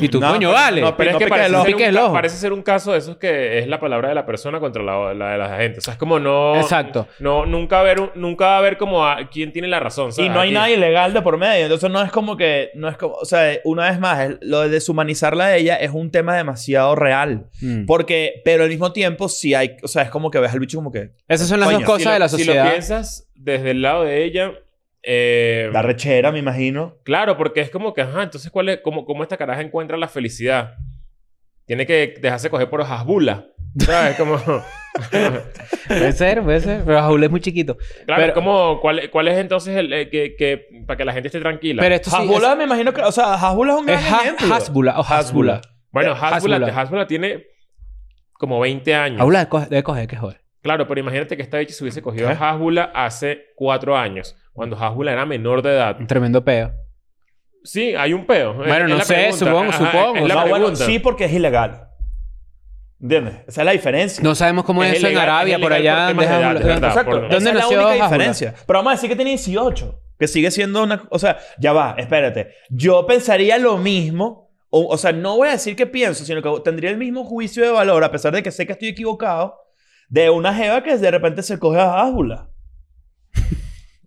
[SPEAKER 1] Y tú,
[SPEAKER 2] No,
[SPEAKER 1] coño,
[SPEAKER 2] pero-
[SPEAKER 1] vale.
[SPEAKER 2] no, No
[SPEAKER 3] Pero es que
[SPEAKER 2] piques
[SPEAKER 3] parece
[SPEAKER 2] el
[SPEAKER 3] ser,
[SPEAKER 2] ojo.
[SPEAKER 3] un,
[SPEAKER 1] Piques el
[SPEAKER 3] ca-
[SPEAKER 1] ojo.
[SPEAKER 3] parece ser un caso de esos que es la palabra de la persona contra la, la de la gente. O sea, es como no...
[SPEAKER 1] Exacto.
[SPEAKER 3] No, nunca ver, un- nunca va a ver como a quién tiene la razón.
[SPEAKER 2] Y
[SPEAKER 3] ¿sabes?
[SPEAKER 2] no hay
[SPEAKER 3] Aquí-
[SPEAKER 2] nadie legal de por medio. Entonces no es como que, no es como, o sea, una vez más, el- lo de deshumanizarla a ella es un tema demasiado real.
[SPEAKER 1] Mm.
[SPEAKER 2] Porque, pero al mismo tiempo, sí hay, o sea, es como que ves al bicho como que
[SPEAKER 1] Esas son las
[SPEAKER 2] Coño,
[SPEAKER 1] dos
[SPEAKER 2] si
[SPEAKER 1] cosas
[SPEAKER 3] si lo-
[SPEAKER 1] de la
[SPEAKER 3] Si lo
[SPEAKER 1] sociedad.
[SPEAKER 3] piensas desde el lado de ella... eh,
[SPEAKER 2] da rechera, me imagino.
[SPEAKER 3] Claro, porque es como que, ajá, entonces, ¿cuál es, cómo, cómo esta caraja encuentra la felicidad? Tiene que dejarse coger por jasbula. ¿Sabes? Como,
[SPEAKER 1] puede ser, puede ser. Pero Jaul es muy chiquito.
[SPEAKER 3] claro,
[SPEAKER 1] Pero-
[SPEAKER 3] como, ¿cuál, ¿cuál es entonces el eh, que, que- para que la gente esté tranquila?
[SPEAKER 1] Pero esto sí.
[SPEAKER 2] Hasbula, me imagino que, o sea, Hasbula es un
[SPEAKER 1] Es,
[SPEAKER 2] gran
[SPEAKER 1] es Ha- oh,
[SPEAKER 2] ejemplo.
[SPEAKER 1] Hasbula o Hasbula.
[SPEAKER 3] bueno,
[SPEAKER 1] eh,
[SPEAKER 3] jasbula,
[SPEAKER 1] Hasbula.
[SPEAKER 3] jasbula tiene como 20 años.
[SPEAKER 1] Habla de coger, de coger, que joder.
[SPEAKER 3] Claro, pero imagínate que esta bicha se hubiese cogido
[SPEAKER 2] ¿Qué?
[SPEAKER 3] a Hasbula hace 4 años, cuando Hasbula era menor de edad.
[SPEAKER 1] Un tremendo peo.
[SPEAKER 3] Sí, hay un peo. eh,
[SPEAKER 1] Bueno, no
[SPEAKER 3] la
[SPEAKER 1] sé,
[SPEAKER 3] pregunta.
[SPEAKER 1] supongo,
[SPEAKER 3] Ajá,
[SPEAKER 1] supongo.
[SPEAKER 3] Es, es la
[SPEAKER 2] No, bueno,
[SPEAKER 3] pregunta.
[SPEAKER 2] sí, porque es ilegal. ¿Entiendes? Esa es la diferencia.
[SPEAKER 1] No sabemos cómo es,
[SPEAKER 3] Es
[SPEAKER 1] eso
[SPEAKER 3] ilegal-
[SPEAKER 1] en
[SPEAKER 3] es
[SPEAKER 1] Arabia, por
[SPEAKER 3] ilegal por
[SPEAKER 1] allá.
[SPEAKER 3] temas de
[SPEAKER 1] dejan-
[SPEAKER 3] edad, de
[SPEAKER 1] dejan-
[SPEAKER 3] verdad.
[SPEAKER 2] Exacto.
[SPEAKER 3] por-
[SPEAKER 2] ¿Dónde
[SPEAKER 1] ¿Dónde
[SPEAKER 2] Esa es la
[SPEAKER 1] nació
[SPEAKER 2] única
[SPEAKER 1] Hasbula?
[SPEAKER 2] diferencia. Pero vamos a decir que tiene 18. Que sigue siendo una... O sea, ya va, espérate. Yo pensaría lo mismo. O, o sea, no voy a decir que pienso, sino que tendría el mismo juicio de valor, a pesar de que sé que estoy equivocado, de una jeva que de repente se coge a Hasbula.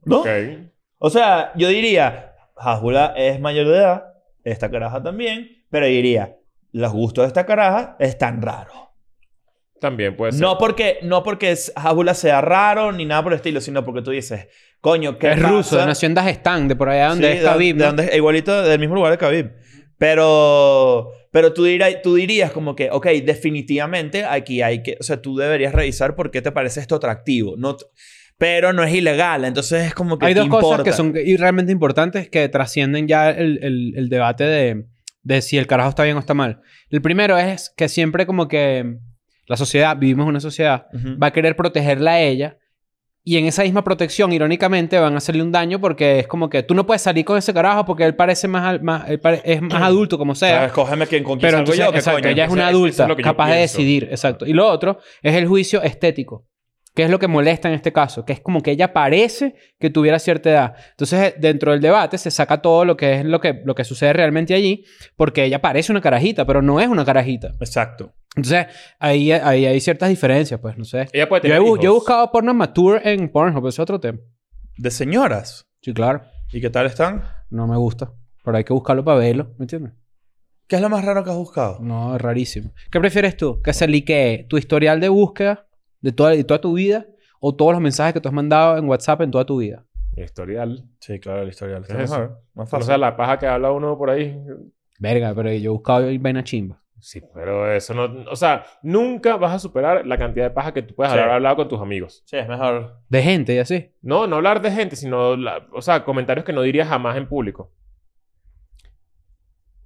[SPEAKER 2] ¿No?
[SPEAKER 3] Ok.
[SPEAKER 2] O sea, yo diría, Hasbula es mayor de edad, esta caraja también, pero diría, los gustos de esta caraja están raros.
[SPEAKER 3] También puede ser.
[SPEAKER 2] No porque, no porque es- Hasbula sea raro ni nada por el estilo, sino porque tú dices, coño, que
[SPEAKER 1] Es ruso, nació en Dagestán, de por allá donde es Khabib. ¿no?
[SPEAKER 2] igualito del mismo lugar de Khabib. Pero, pero tú, dirá- tú dirías como que, ok, definitivamente aquí hay que, o sea, tú deberías revisar por qué te parece esto atractivo. No, t- pero no es ilegal, entonces es como que
[SPEAKER 1] Hay
[SPEAKER 2] ¿qué
[SPEAKER 1] dos cosas que
[SPEAKER 2] importa?
[SPEAKER 1] son y realmente importantes que trascienden ya el, el- el debate de, de si el carajo está bien o está mal. El primero es que siempre como que la sociedad, vivimos en una sociedad,
[SPEAKER 2] Ujú.
[SPEAKER 1] va a querer protegerla a ella y en esa misma protección, irónicamente, van a hacerle un daño porque es como que tú no puedes salir con ese carajo porque él parece más, al- más él pare- es más adulto como sea.
[SPEAKER 2] Claro, escógeme quien con quien
[SPEAKER 1] Pero
[SPEAKER 2] salgo
[SPEAKER 1] entonces,
[SPEAKER 2] yo, que
[SPEAKER 1] exacto,
[SPEAKER 2] coño.
[SPEAKER 1] ella es una
[SPEAKER 3] Eso- eso
[SPEAKER 1] adulta,
[SPEAKER 3] es lo que yo
[SPEAKER 1] capaz de
[SPEAKER 3] pienso.
[SPEAKER 1] decidir, exacto. Y lo otro es el juicio estético, que es lo que molesta en este caso, que es como que ella parece que tuviera cierta edad. Entonces, eh, dentro del debate se saca todo lo que es lo que, lo que sucede realmente allí, porque ella parece una carajita, pero no es una carajita.
[SPEAKER 2] Exacto.
[SPEAKER 1] Entonces, ahí, ahí hay ciertas diferencias, pues, no sé.
[SPEAKER 3] Ella puede
[SPEAKER 1] Yo
[SPEAKER 3] tener
[SPEAKER 1] he, bu-
[SPEAKER 3] hijos.
[SPEAKER 1] yo he buscado porno mature en Pornhub, ese es otro tema.
[SPEAKER 2] De señoras.
[SPEAKER 1] Sí, claro.
[SPEAKER 2] ¿Y qué tal están?
[SPEAKER 1] No me gusta. Pero hay que buscarlo para verlo, ¿me entiendes?
[SPEAKER 2] ¿Qué es lo más raro que has buscado?
[SPEAKER 1] No, es rarísimo. ¿Qué prefieres tú? ¿Que se liquee tu historial de búsqueda de toda, de toda tu vida o todos los mensajes que tú has mandado en WhatsApp en toda tu vida?
[SPEAKER 3] Historial.
[SPEAKER 2] Sí, claro, el historial. Está
[SPEAKER 3] Es eso.
[SPEAKER 2] mejor. Más
[SPEAKER 3] O
[SPEAKER 2] fácil.
[SPEAKER 3] sea, la paja que habla uno por ahí.
[SPEAKER 1] Verga, pero yo he buscado el vaina chimba.
[SPEAKER 3] Sí, pero eso no... O sea, nunca vas a superar la cantidad de paja que tú puedes
[SPEAKER 2] Sí.
[SPEAKER 3] haber hablado con tus amigos.
[SPEAKER 2] Sí, es mejor.
[SPEAKER 1] De gente y así.
[SPEAKER 3] No, no hablar de gente, sino... la- o sea, comentarios que no dirías jamás en público.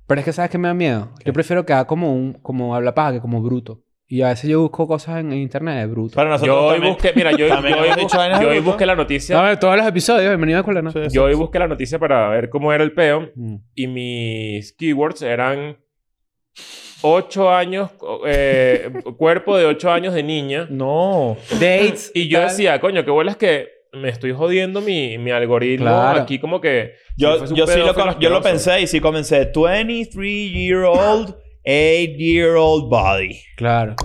[SPEAKER 1] Pero es que sabes que me da miedo. Yo prefiero que haga como un, como habla paja que como bruto. Y a veces yo busco cosas en, en internet de bruto.
[SPEAKER 2] Para nosotros
[SPEAKER 3] Yo hoy
[SPEAKER 2] también.
[SPEAKER 3] busqué... Mira, yo, yo
[SPEAKER 2] También
[SPEAKER 3] hoy,
[SPEAKER 2] hemos dicho vainas
[SPEAKER 3] bus- yo hoy
[SPEAKER 2] brutas.
[SPEAKER 3] busqué la noticia...
[SPEAKER 1] A ver, todos los episodios, bienvenido a Culana.
[SPEAKER 2] Sí, sí.
[SPEAKER 3] Yo hoy busqué la noticia para ver cómo era el peo
[SPEAKER 1] Mm.
[SPEAKER 3] y mis keywords eran... Ocho años... eh, cuerpo de ocho años de niña.
[SPEAKER 2] No.
[SPEAKER 1] Dates.
[SPEAKER 3] Y yo
[SPEAKER 1] tal.
[SPEAKER 3] decía, coño, qué bolas que me estoy jodiendo mi, mi algoritmo
[SPEAKER 1] Claro.
[SPEAKER 3] aquí como que... si
[SPEAKER 2] Yo,
[SPEAKER 3] fuese un
[SPEAKER 2] yo sí lo,
[SPEAKER 3] pedófilo
[SPEAKER 2] con- yo lo
[SPEAKER 3] asqueroso.
[SPEAKER 2] pensé y sí comencé. 23-year-old, 8-year-old body.
[SPEAKER 1] Claro.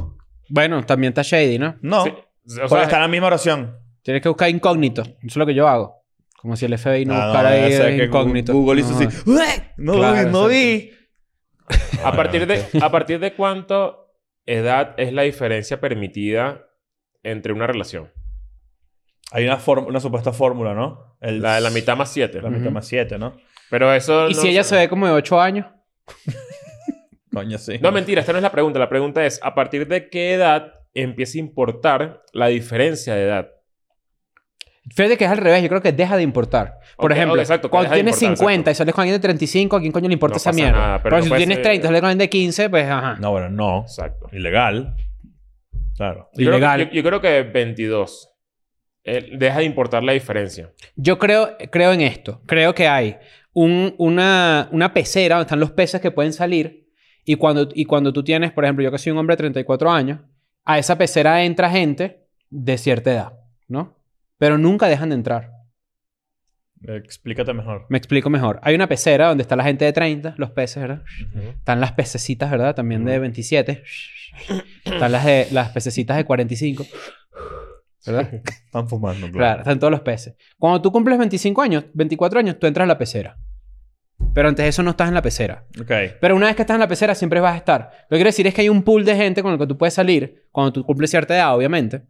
[SPEAKER 1] Bueno, también está shady, ¿no?
[SPEAKER 2] No.
[SPEAKER 3] Sí, o
[SPEAKER 2] Porque
[SPEAKER 3] sea,
[SPEAKER 2] está en la misma oración.
[SPEAKER 1] Tienes que buscar incógnito. Eso es lo que yo hago. Como si el FBI no,
[SPEAKER 2] Ah,
[SPEAKER 1] buscara
[SPEAKER 2] no,
[SPEAKER 1] ahí
[SPEAKER 2] ya sé que
[SPEAKER 1] incógnito.
[SPEAKER 2] Google hizo
[SPEAKER 1] No,
[SPEAKER 2] así.
[SPEAKER 1] joder.
[SPEAKER 2] "Ué, No
[SPEAKER 1] Claro,
[SPEAKER 2] vi, no
[SPEAKER 1] exacto.
[SPEAKER 2] vi.
[SPEAKER 3] a, partir de, ¿A partir de cuánto edad es la diferencia permitida entre una relación?
[SPEAKER 2] Hay una, form- una supuesta fórmula, ¿no? El-
[SPEAKER 3] La de la mitad más siete.
[SPEAKER 2] La mitad
[SPEAKER 1] Ujú.
[SPEAKER 2] más 7, ¿no?
[SPEAKER 3] Pero eso...
[SPEAKER 1] ¿Y
[SPEAKER 3] no
[SPEAKER 1] si ella
[SPEAKER 3] sé.
[SPEAKER 1] se ve como de 8 años?
[SPEAKER 2] Coño, sí.
[SPEAKER 3] No, mentira, esta no es la pregunta. La pregunta es, ¿a partir de qué edad empieza a importar la diferencia de edad?
[SPEAKER 1] Fíjate que es al revés, yo creo que deja de importar. Por
[SPEAKER 3] Ok,
[SPEAKER 1] ejemplo,
[SPEAKER 3] ok, exacto, que
[SPEAKER 1] cuando
[SPEAKER 3] deja de
[SPEAKER 1] tienes
[SPEAKER 3] importar,
[SPEAKER 1] 50 y sales con alguien de 35, ¿a quién coño le importa
[SPEAKER 3] No
[SPEAKER 1] esa
[SPEAKER 3] pasa
[SPEAKER 1] mierda?
[SPEAKER 3] nada, pero
[SPEAKER 1] pero
[SPEAKER 3] no
[SPEAKER 1] si tú
[SPEAKER 3] puede
[SPEAKER 1] tienes
[SPEAKER 3] ser-
[SPEAKER 1] 30 y sales con alguien de 15, pues ajá.
[SPEAKER 2] No, bueno, no.
[SPEAKER 3] Exacto.
[SPEAKER 2] Ilegal. Claro.
[SPEAKER 3] Yo creo que-
[SPEAKER 1] Ilegal.
[SPEAKER 3] yo, yo creo que 22. Eh, deja de importar la diferencia.
[SPEAKER 1] Yo creo, creo en esto. Creo que hay un- una, una pecera donde están los peces que pueden salir. Y cuando, y cuando tú tienes, por ejemplo, yo que soy un hombre de 34 años, a esa pecera entra gente de cierta edad, ¿no? Pero nunca dejan de entrar.
[SPEAKER 2] Explícate mejor.
[SPEAKER 1] Me explico mejor. Hay una pecera donde está la gente de 30, los peces, ¿verdad? Están las pececitas, ¿verdad? También de 27. Están las, de, las pececitas de 45, ¿verdad?
[SPEAKER 2] Están fumando. claro.
[SPEAKER 1] Claro, están todos los peces. Cuando tú cumples 25 años, 24 años, tú entras a la pecera. Pero antes de eso no estás en la pecera.
[SPEAKER 2] Ok.
[SPEAKER 1] Pero una vez que estás en la pecera, siempre vas a estar. Lo que quiero decir es que hay un pool de gente con el que tú puedes salir cuando tú cumples cierta edad, obviamente.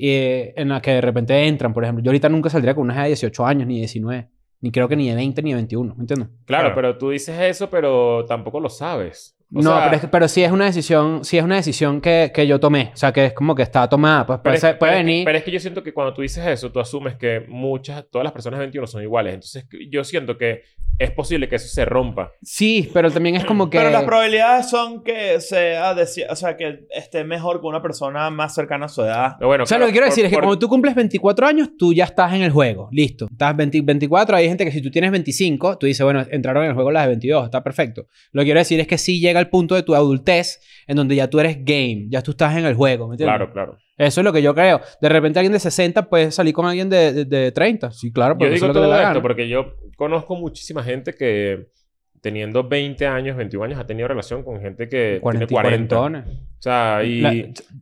[SPEAKER 1] Y, eh, en la que de repente entran, por ejemplo. Yo ahorita nunca saldría con una edad de 18 años, ni 19. Ni creo que ni de 20, ni de 21. ¿Me entiendes?
[SPEAKER 3] Claro,
[SPEAKER 2] Claro.
[SPEAKER 3] pero tú dices eso, pero tampoco lo sabes. O
[SPEAKER 1] no,
[SPEAKER 3] sea,
[SPEAKER 1] pero, es, que- pero sí es una decisión, sí es una decisión que, que yo tomé. O sea, que es como que está tomada. Pues
[SPEAKER 3] pero
[SPEAKER 1] puede,
[SPEAKER 3] es-
[SPEAKER 1] ser- puede
[SPEAKER 3] pero es que-
[SPEAKER 1] venir.
[SPEAKER 3] pero es que yo siento que cuando tú dices eso, tú asumes que muchas, todas las personas de 21 son iguales. Entonces yo siento que es posible que eso se rompa.
[SPEAKER 1] Sí, pero también es como que.
[SPEAKER 2] Pero las probabilidades son que sea de ci- o sea, que esté mejor con una persona más cercana a su edad.
[SPEAKER 3] Pero Bueno,
[SPEAKER 1] O sea,
[SPEAKER 3] claro,
[SPEAKER 1] lo que quiero
[SPEAKER 3] por-
[SPEAKER 1] decir es que
[SPEAKER 3] por-
[SPEAKER 1] cuando tú cumples 24 años, tú ya estás en el juego. Listo. Estás 20 24. Hay gente que si tú tienes 25, tú dices, bueno, entraron en el juego las de 22. Está perfecto. Lo que quiero decir es que sí llega el punto de tu adultez en donde ya tú eres game. Ya tú estás en el juego. ¿me entiendes?
[SPEAKER 3] Claro, claro.
[SPEAKER 1] Eso es lo que yo creo. De repente alguien de 60 puede salir con alguien de, de- de 30. Sí, claro.
[SPEAKER 3] Yo
[SPEAKER 1] porque eso
[SPEAKER 3] digo
[SPEAKER 1] es pues, lo que
[SPEAKER 3] todo
[SPEAKER 1] te da la
[SPEAKER 3] esto
[SPEAKER 1] gana.
[SPEAKER 3] porque yo conozco muchísima gente que teniendo 20 años, 21 años, ha tenido relación con gente que
[SPEAKER 1] Cuarenta-
[SPEAKER 3] tiene 40.
[SPEAKER 1] cuarentones.
[SPEAKER 3] O sea, y,
[SPEAKER 1] La-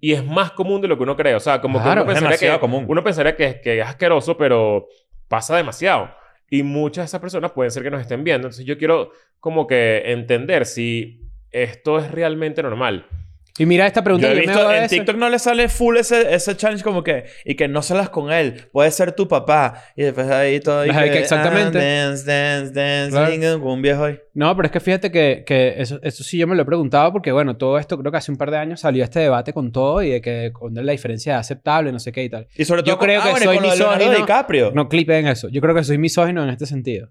[SPEAKER 3] y es más común de lo que uno cree. O sea, como
[SPEAKER 1] Claro,
[SPEAKER 3] que uno
[SPEAKER 2] es
[SPEAKER 3] pensaría, que,
[SPEAKER 2] demasiado común.
[SPEAKER 3] uno pensaría que, que es asqueroso, pero pasa demasiado. Y muchas de esas personas pueden ser que nos estén viendo. Entonces yo quiero como que entender si esto es realmente normal.
[SPEAKER 1] Y mira esta pregunta
[SPEAKER 2] Yo he
[SPEAKER 1] que yo me
[SPEAKER 2] visto
[SPEAKER 1] hago a
[SPEAKER 2] en
[SPEAKER 1] veces.
[SPEAKER 2] TikTok no le sale full ese, ese challenge como que y que no salas con él, puede ser tu papá y después ahí todo y
[SPEAKER 1] Ajá, que exactamente.
[SPEAKER 2] ah, dance, dance, dance,
[SPEAKER 1] Claro.
[SPEAKER 2] singing, con un viejo ahí.
[SPEAKER 1] No, pero es que fíjate que, que eso, eso sí yo me lo he preguntado porque, bueno, todo esto creo que hace un par de años salió este debate con todo y de que con la diferencia es aceptable, no sé qué y tal.
[SPEAKER 2] Y sobre todo
[SPEAKER 1] Yo
[SPEAKER 2] con-
[SPEAKER 1] creo
[SPEAKER 2] ah,
[SPEAKER 1] que
[SPEAKER 2] bueno, y
[SPEAKER 1] soy
[SPEAKER 2] con lo de Leonardo
[SPEAKER 1] misógino.
[SPEAKER 2] DiCaprio.
[SPEAKER 1] No clipen eso. Yo creo que soy misógino en este sentido.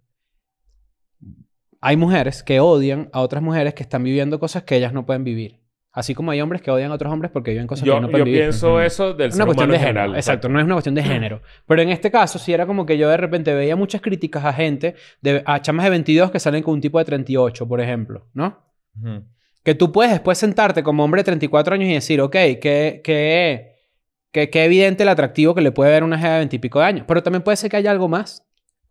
[SPEAKER 1] Hay mujeres que odian a otras mujeres que están viviendo cosas que ellas no pueden vivir. Así como hay hombres que odian a otros hombres porque viven cosas que
[SPEAKER 3] Yo,
[SPEAKER 1] ellos no
[SPEAKER 3] yo
[SPEAKER 1] pueden vivir.
[SPEAKER 3] pienso eso del
[SPEAKER 1] Es una
[SPEAKER 3] ser
[SPEAKER 1] cuestión
[SPEAKER 3] humano
[SPEAKER 1] de
[SPEAKER 3] en
[SPEAKER 1] género.
[SPEAKER 3] general.
[SPEAKER 1] Exacto, no es una cuestión de género. Pero en este caso, sí era como que yo de repente veía muchas críticas a gente, de, a chamas de 22 que salen con un tipo de 38, por ejemplo, ¿no?
[SPEAKER 2] Ujú.
[SPEAKER 1] Que tú puedes después sentarte como hombre de 34 años y decir, ok, que, que, que, que evidente el atractivo que le puede ver una jeva de 20 y pico de años. Pero también puede ser que haya algo más.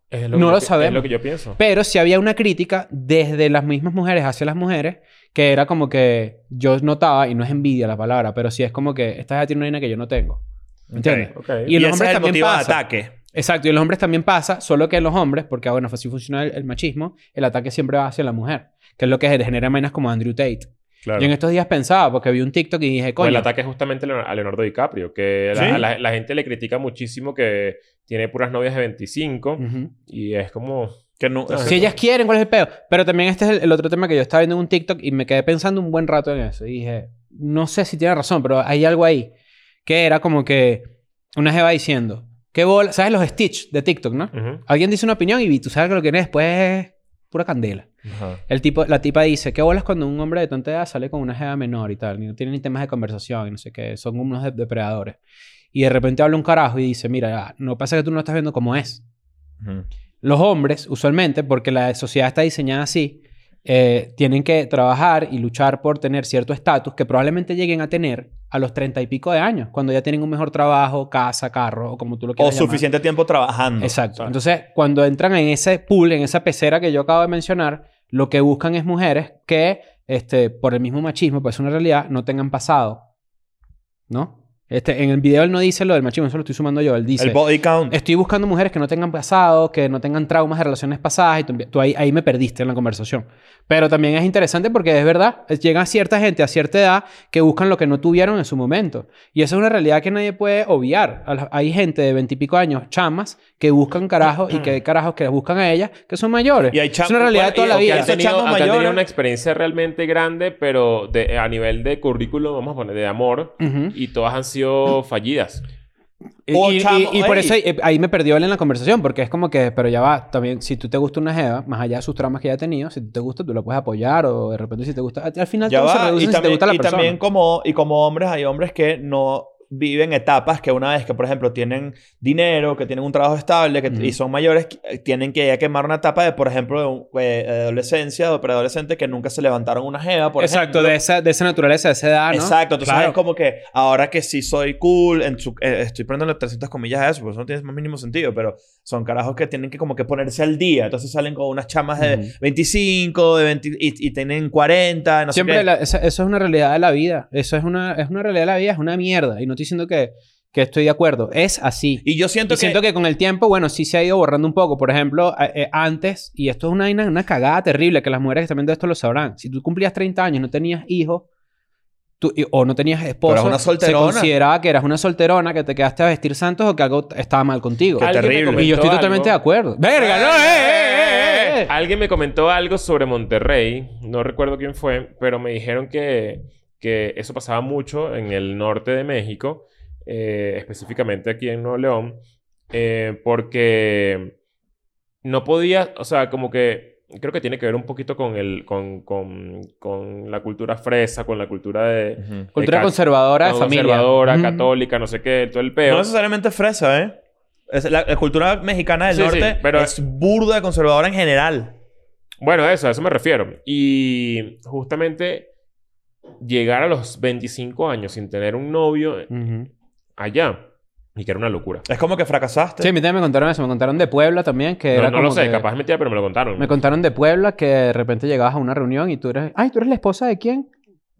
[SPEAKER 3] Es
[SPEAKER 1] No
[SPEAKER 3] que-
[SPEAKER 1] lo
[SPEAKER 3] Es lo
[SPEAKER 1] sabemos.
[SPEAKER 3] que yo pienso.
[SPEAKER 1] Pero si había una crítica desde las mismas mujeres hacia las mujeres, que era como que yo notaba, y no es envidia la palabra, pero sí es como que esta jeva tiene una vaina que yo no tengo. ¿Me ¿Entiendes?
[SPEAKER 2] Ok.
[SPEAKER 3] Ok.
[SPEAKER 1] Y en los
[SPEAKER 2] ese
[SPEAKER 1] hombres
[SPEAKER 2] es el
[SPEAKER 1] también
[SPEAKER 2] motivo de
[SPEAKER 1] pasa.
[SPEAKER 2] ataque.
[SPEAKER 1] Exacto, y en los hombres también pasa, solo que en los hombres, porque ah, bueno, así funciona el, el machismo, el ataque siempre va hacia la mujer, que es lo que genera menos como Andrew Tate.
[SPEAKER 3] Claro.
[SPEAKER 1] Yo en estos días pensaba, porque vi un TikTok y dije,
[SPEAKER 3] O Pues el
[SPEAKER 1] coño,
[SPEAKER 3] ataque justamente a Leon- a Leonardo DiCaprio, que la,
[SPEAKER 2] ¿Sí?
[SPEAKER 3] a la- la gente le critica muchísimo que tiene puras novias de 25
[SPEAKER 1] ujú.
[SPEAKER 3] y es como...
[SPEAKER 2] Que no,
[SPEAKER 3] Claro.
[SPEAKER 2] ese-
[SPEAKER 1] Si ellas quieren, ¿cuál es el peo? Pero también este es el, el otro tema que yo estaba viendo en un TikTok y me quedé pensando un buen rato en eso. Y dije, no sé si tiene razón, pero hay algo ahí. Que era como que una jeva diciendo, ¿qué bola? ¿Sabes los Stitch de TikTok, no? Alguien dice una opinión y tú sabes que lo que viene después es pura candela.
[SPEAKER 2] Ajá.
[SPEAKER 1] El tipo, la tipa dice, ¿qué bolas cuando un hombre de tanta edad sale con una jeva menor y tal? Y no tiene ni temas de conversación y no sé qué. Son unos de- depredadores. Y de repente habla un carajo y dice, mira, ah, no pasa que tú no lo estás viendo como es
[SPEAKER 2] Ujú.
[SPEAKER 1] los hombres, usualmente, porque la sociedad está diseñada así, eh, tienen que trabajar y luchar por tener cierto estatus que probablemente lleguen a tener a los treinta y pico de años, cuando ya tienen un mejor trabajo, casa, carro, o como tú lo
[SPEAKER 2] O
[SPEAKER 1] quieras. llamar.
[SPEAKER 2] suficiente tiempo trabajando.
[SPEAKER 1] Exacto.
[SPEAKER 2] O sea,
[SPEAKER 1] Entonces, cuando entran en ese pool, en esa pecera que yo acabo de mencionar, lo que buscan es mujeres que, este, por el mismo machismo, pues es una realidad, no tengan pasado. ¿No? Este, en el video él no dice lo del machismo, eso lo estoy sumando yo. Él dice.
[SPEAKER 2] el body count.
[SPEAKER 1] Estoy buscando mujeres que no tengan pasado, que no tengan traumas de relaciones pasadas y tú, tú ahí, ahí me perdiste en la conversación. Pero también es interesante porque es verdad, es- llega cierta gente a cierta edad que buscan lo que no tuvieron en su momento. Y esa es una realidad que nadie puede obviar. A la- Hay gente de veintipico años, chamas, que buscan carajos y que hay carajos que las buscan a ellas que son mayores.
[SPEAKER 2] Y hay cham-
[SPEAKER 1] es una realidad de toda la
[SPEAKER 2] y- y-
[SPEAKER 1] vida.
[SPEAKER 2] esos
[SPEAKER 3] Han tenido,
[SPEAKER 2] chamos
[SPEAKER 3] han tenido
[SPEAKER 2] mayores-
[SPEAKER 3] una experiencia realmente grande, pero eh, de- a nivel de currículum, vamos a poner, de amor,
[SPEAKER 1] Ujú.
[SPEAKER 3] y todas han sido fallidas.
[SPEAKER 1] Y,
[SPEAKER 2] O
[SPEAKER 1] y- y-
[SPEAKER 2] Oh, chamo,
[SPEAKER 1] y por
[SPEAKER 2] ey.
[SPEAKER 1] eso ahí, ahí me perdió él en la conversación, porque es como que, pero ya va, también, si tú te gusta una jeva, más allá de sus tramas que ya ha tenido, si te gusta, tú la puedes apoyar o de repente si te gusta, al final
[SPEAKER 2] Ya
[SPEAKER 1] todo se
[SPEAKER 2] va.
[SPEAKER 1] reduce
[SPEAKER 2] Y
[SPEAKER 1] en si te
[SPEAKER 2] también,
[SPEAKER 1] gusta la
[SPEAKER 2] y
[SPEAKER 1] persona.
[SPEAKER 2] también como, y como hombres, hay hombres que no viven etapas que una vez que, por ejemplo, tienen dinero, que tienen un trabajo estable que,
[SPEAKER 1] Ujú.
[SPEAKER 2] y son mayores, qu- eh, tienen que ya quemar una etapa de, por ejemplo, de un- eh, de adolescencia o preadolescente que nunca se levantaron una jeva, por
[SPEAKER 1] Exacto,
[SPEAKER 2] ejemplo.
[SPEAKER 1] de esa, de esa naturaleza, de esa edad, Ah, ¿no?
[SPEAKER 2] Exacto, entonces
[SPEAKER 1] Claro.
[SPEAKER 2] es como que ahora que sí soy cool, en su, eh, estoy poniéndole 300 comillas a eso, porque eso no tiene más mínimo sentido, pero son carajos que tienen que como que ponerse al día, entonces salen con unas chamas de
[SPEAKER 1] Ujú.
[SPEAKER 2] 25, de 20 y, y tienen 40, no sé
[SPEAKER 1] Siempre
[SPEAKER 2] qué.
[SPEAKER 1] la- esa- eso es una realidad de la vida. Eso es una, es una realidad de la vida, es una mierda. Y no estoy diciendo que, que estoy de acuerdo. Es así.
[SPEAKER 2] Y yo siento
[SPEAKER 1] Y
[SPEAKER 2] que...
[SPEAKER 1] siento que con el tiempo, bueno, sí se ha ido borrando un poco. Por ejemplo, a- eh, antes, y esto es una, vaina- una cagada terrible, que las mujeres que también de esto lo sabrán. Si tú cumplías 30 años, no tenías hijos, tú- y- o no tenías esposo,
[SPEAKER 2] una solterona.
[SPEAKER 1] se consideraba que eras una solterona, que te quedaste a vestir santos o que algo t- estaba mal contigo.
[SPEAKER 2] Qué
[SPEAKER 3] Alguien me
[SPEAKER 2] terrible.
[SPEAKER 1] Y yo estoy
[SPEAKER 3] comentó
[SPEAKER 1] totalmente de
[SPEAKER 3] algo.
[SPEAKER 1] acuerdo. ¡Verga, no! ¡Eh, eh, eh, eh!
[SPEAKER 3] Alguien me comentó algo sobre Monterrey, no recuerdo quién fue, pero me dijeron que, que eso pasaba mucho en el norte de México, eh, específicamente aquí en Nuevo León, eh, porque no podía, o sea, como que creo que tiene que ver un poquito con, el, con, con, con la cultura fresa, con la cultura de...
[SPEAKER 2] Ujú.
[SPEAKER 1] Cultura
[SPEAKER 3] ca-
[SPEAKER 1] conservadora de familia.
[SPEAKER 3] conservadora,
[SPEAKER 1] Mm.
[SPEAKER 3] católica, no sé qué, todo el
[SPEAKER 2] No
[SPEAKER 3] peo.
[SPEAKER 2] necesariamente fresa, ¿eh? Es- la, la cultura mexicana del
[SPEAKER 3] Sí, sí,
[SPEAKER 2] norte
[SPEAKER 3] pero-
[SPEAKER 2] es burda de conservadora en general.
[SPEAKER 3] Bueno, eso, a eso me refiero. Y justamente llegar a los 25 años sin tener un novio
[SPEAKER 1] Ujú.
[SPEAKER 3] allá. Y que era una locura.
[SPEAKER 2] Es como que fracasaste.
[SPEAKER 1] Sí, a mí también me contaron eso. Me contaron de Puebla también, que
[SPEAKER 3] No,
[SPEAKER 1] era
[SPEAKER 3] no
[SPEAKER 1] como
[SPEAKER 3] lo sé,
[SPEAKER 1] que-
[SPEAKER 3] capaz es mentira, pero me lo contaron.
[SPEAKER 1] Me contaron de Puebla que de repente llegabas a una reunión y tú eres... Ay, ¿tú eres la esposa de quién?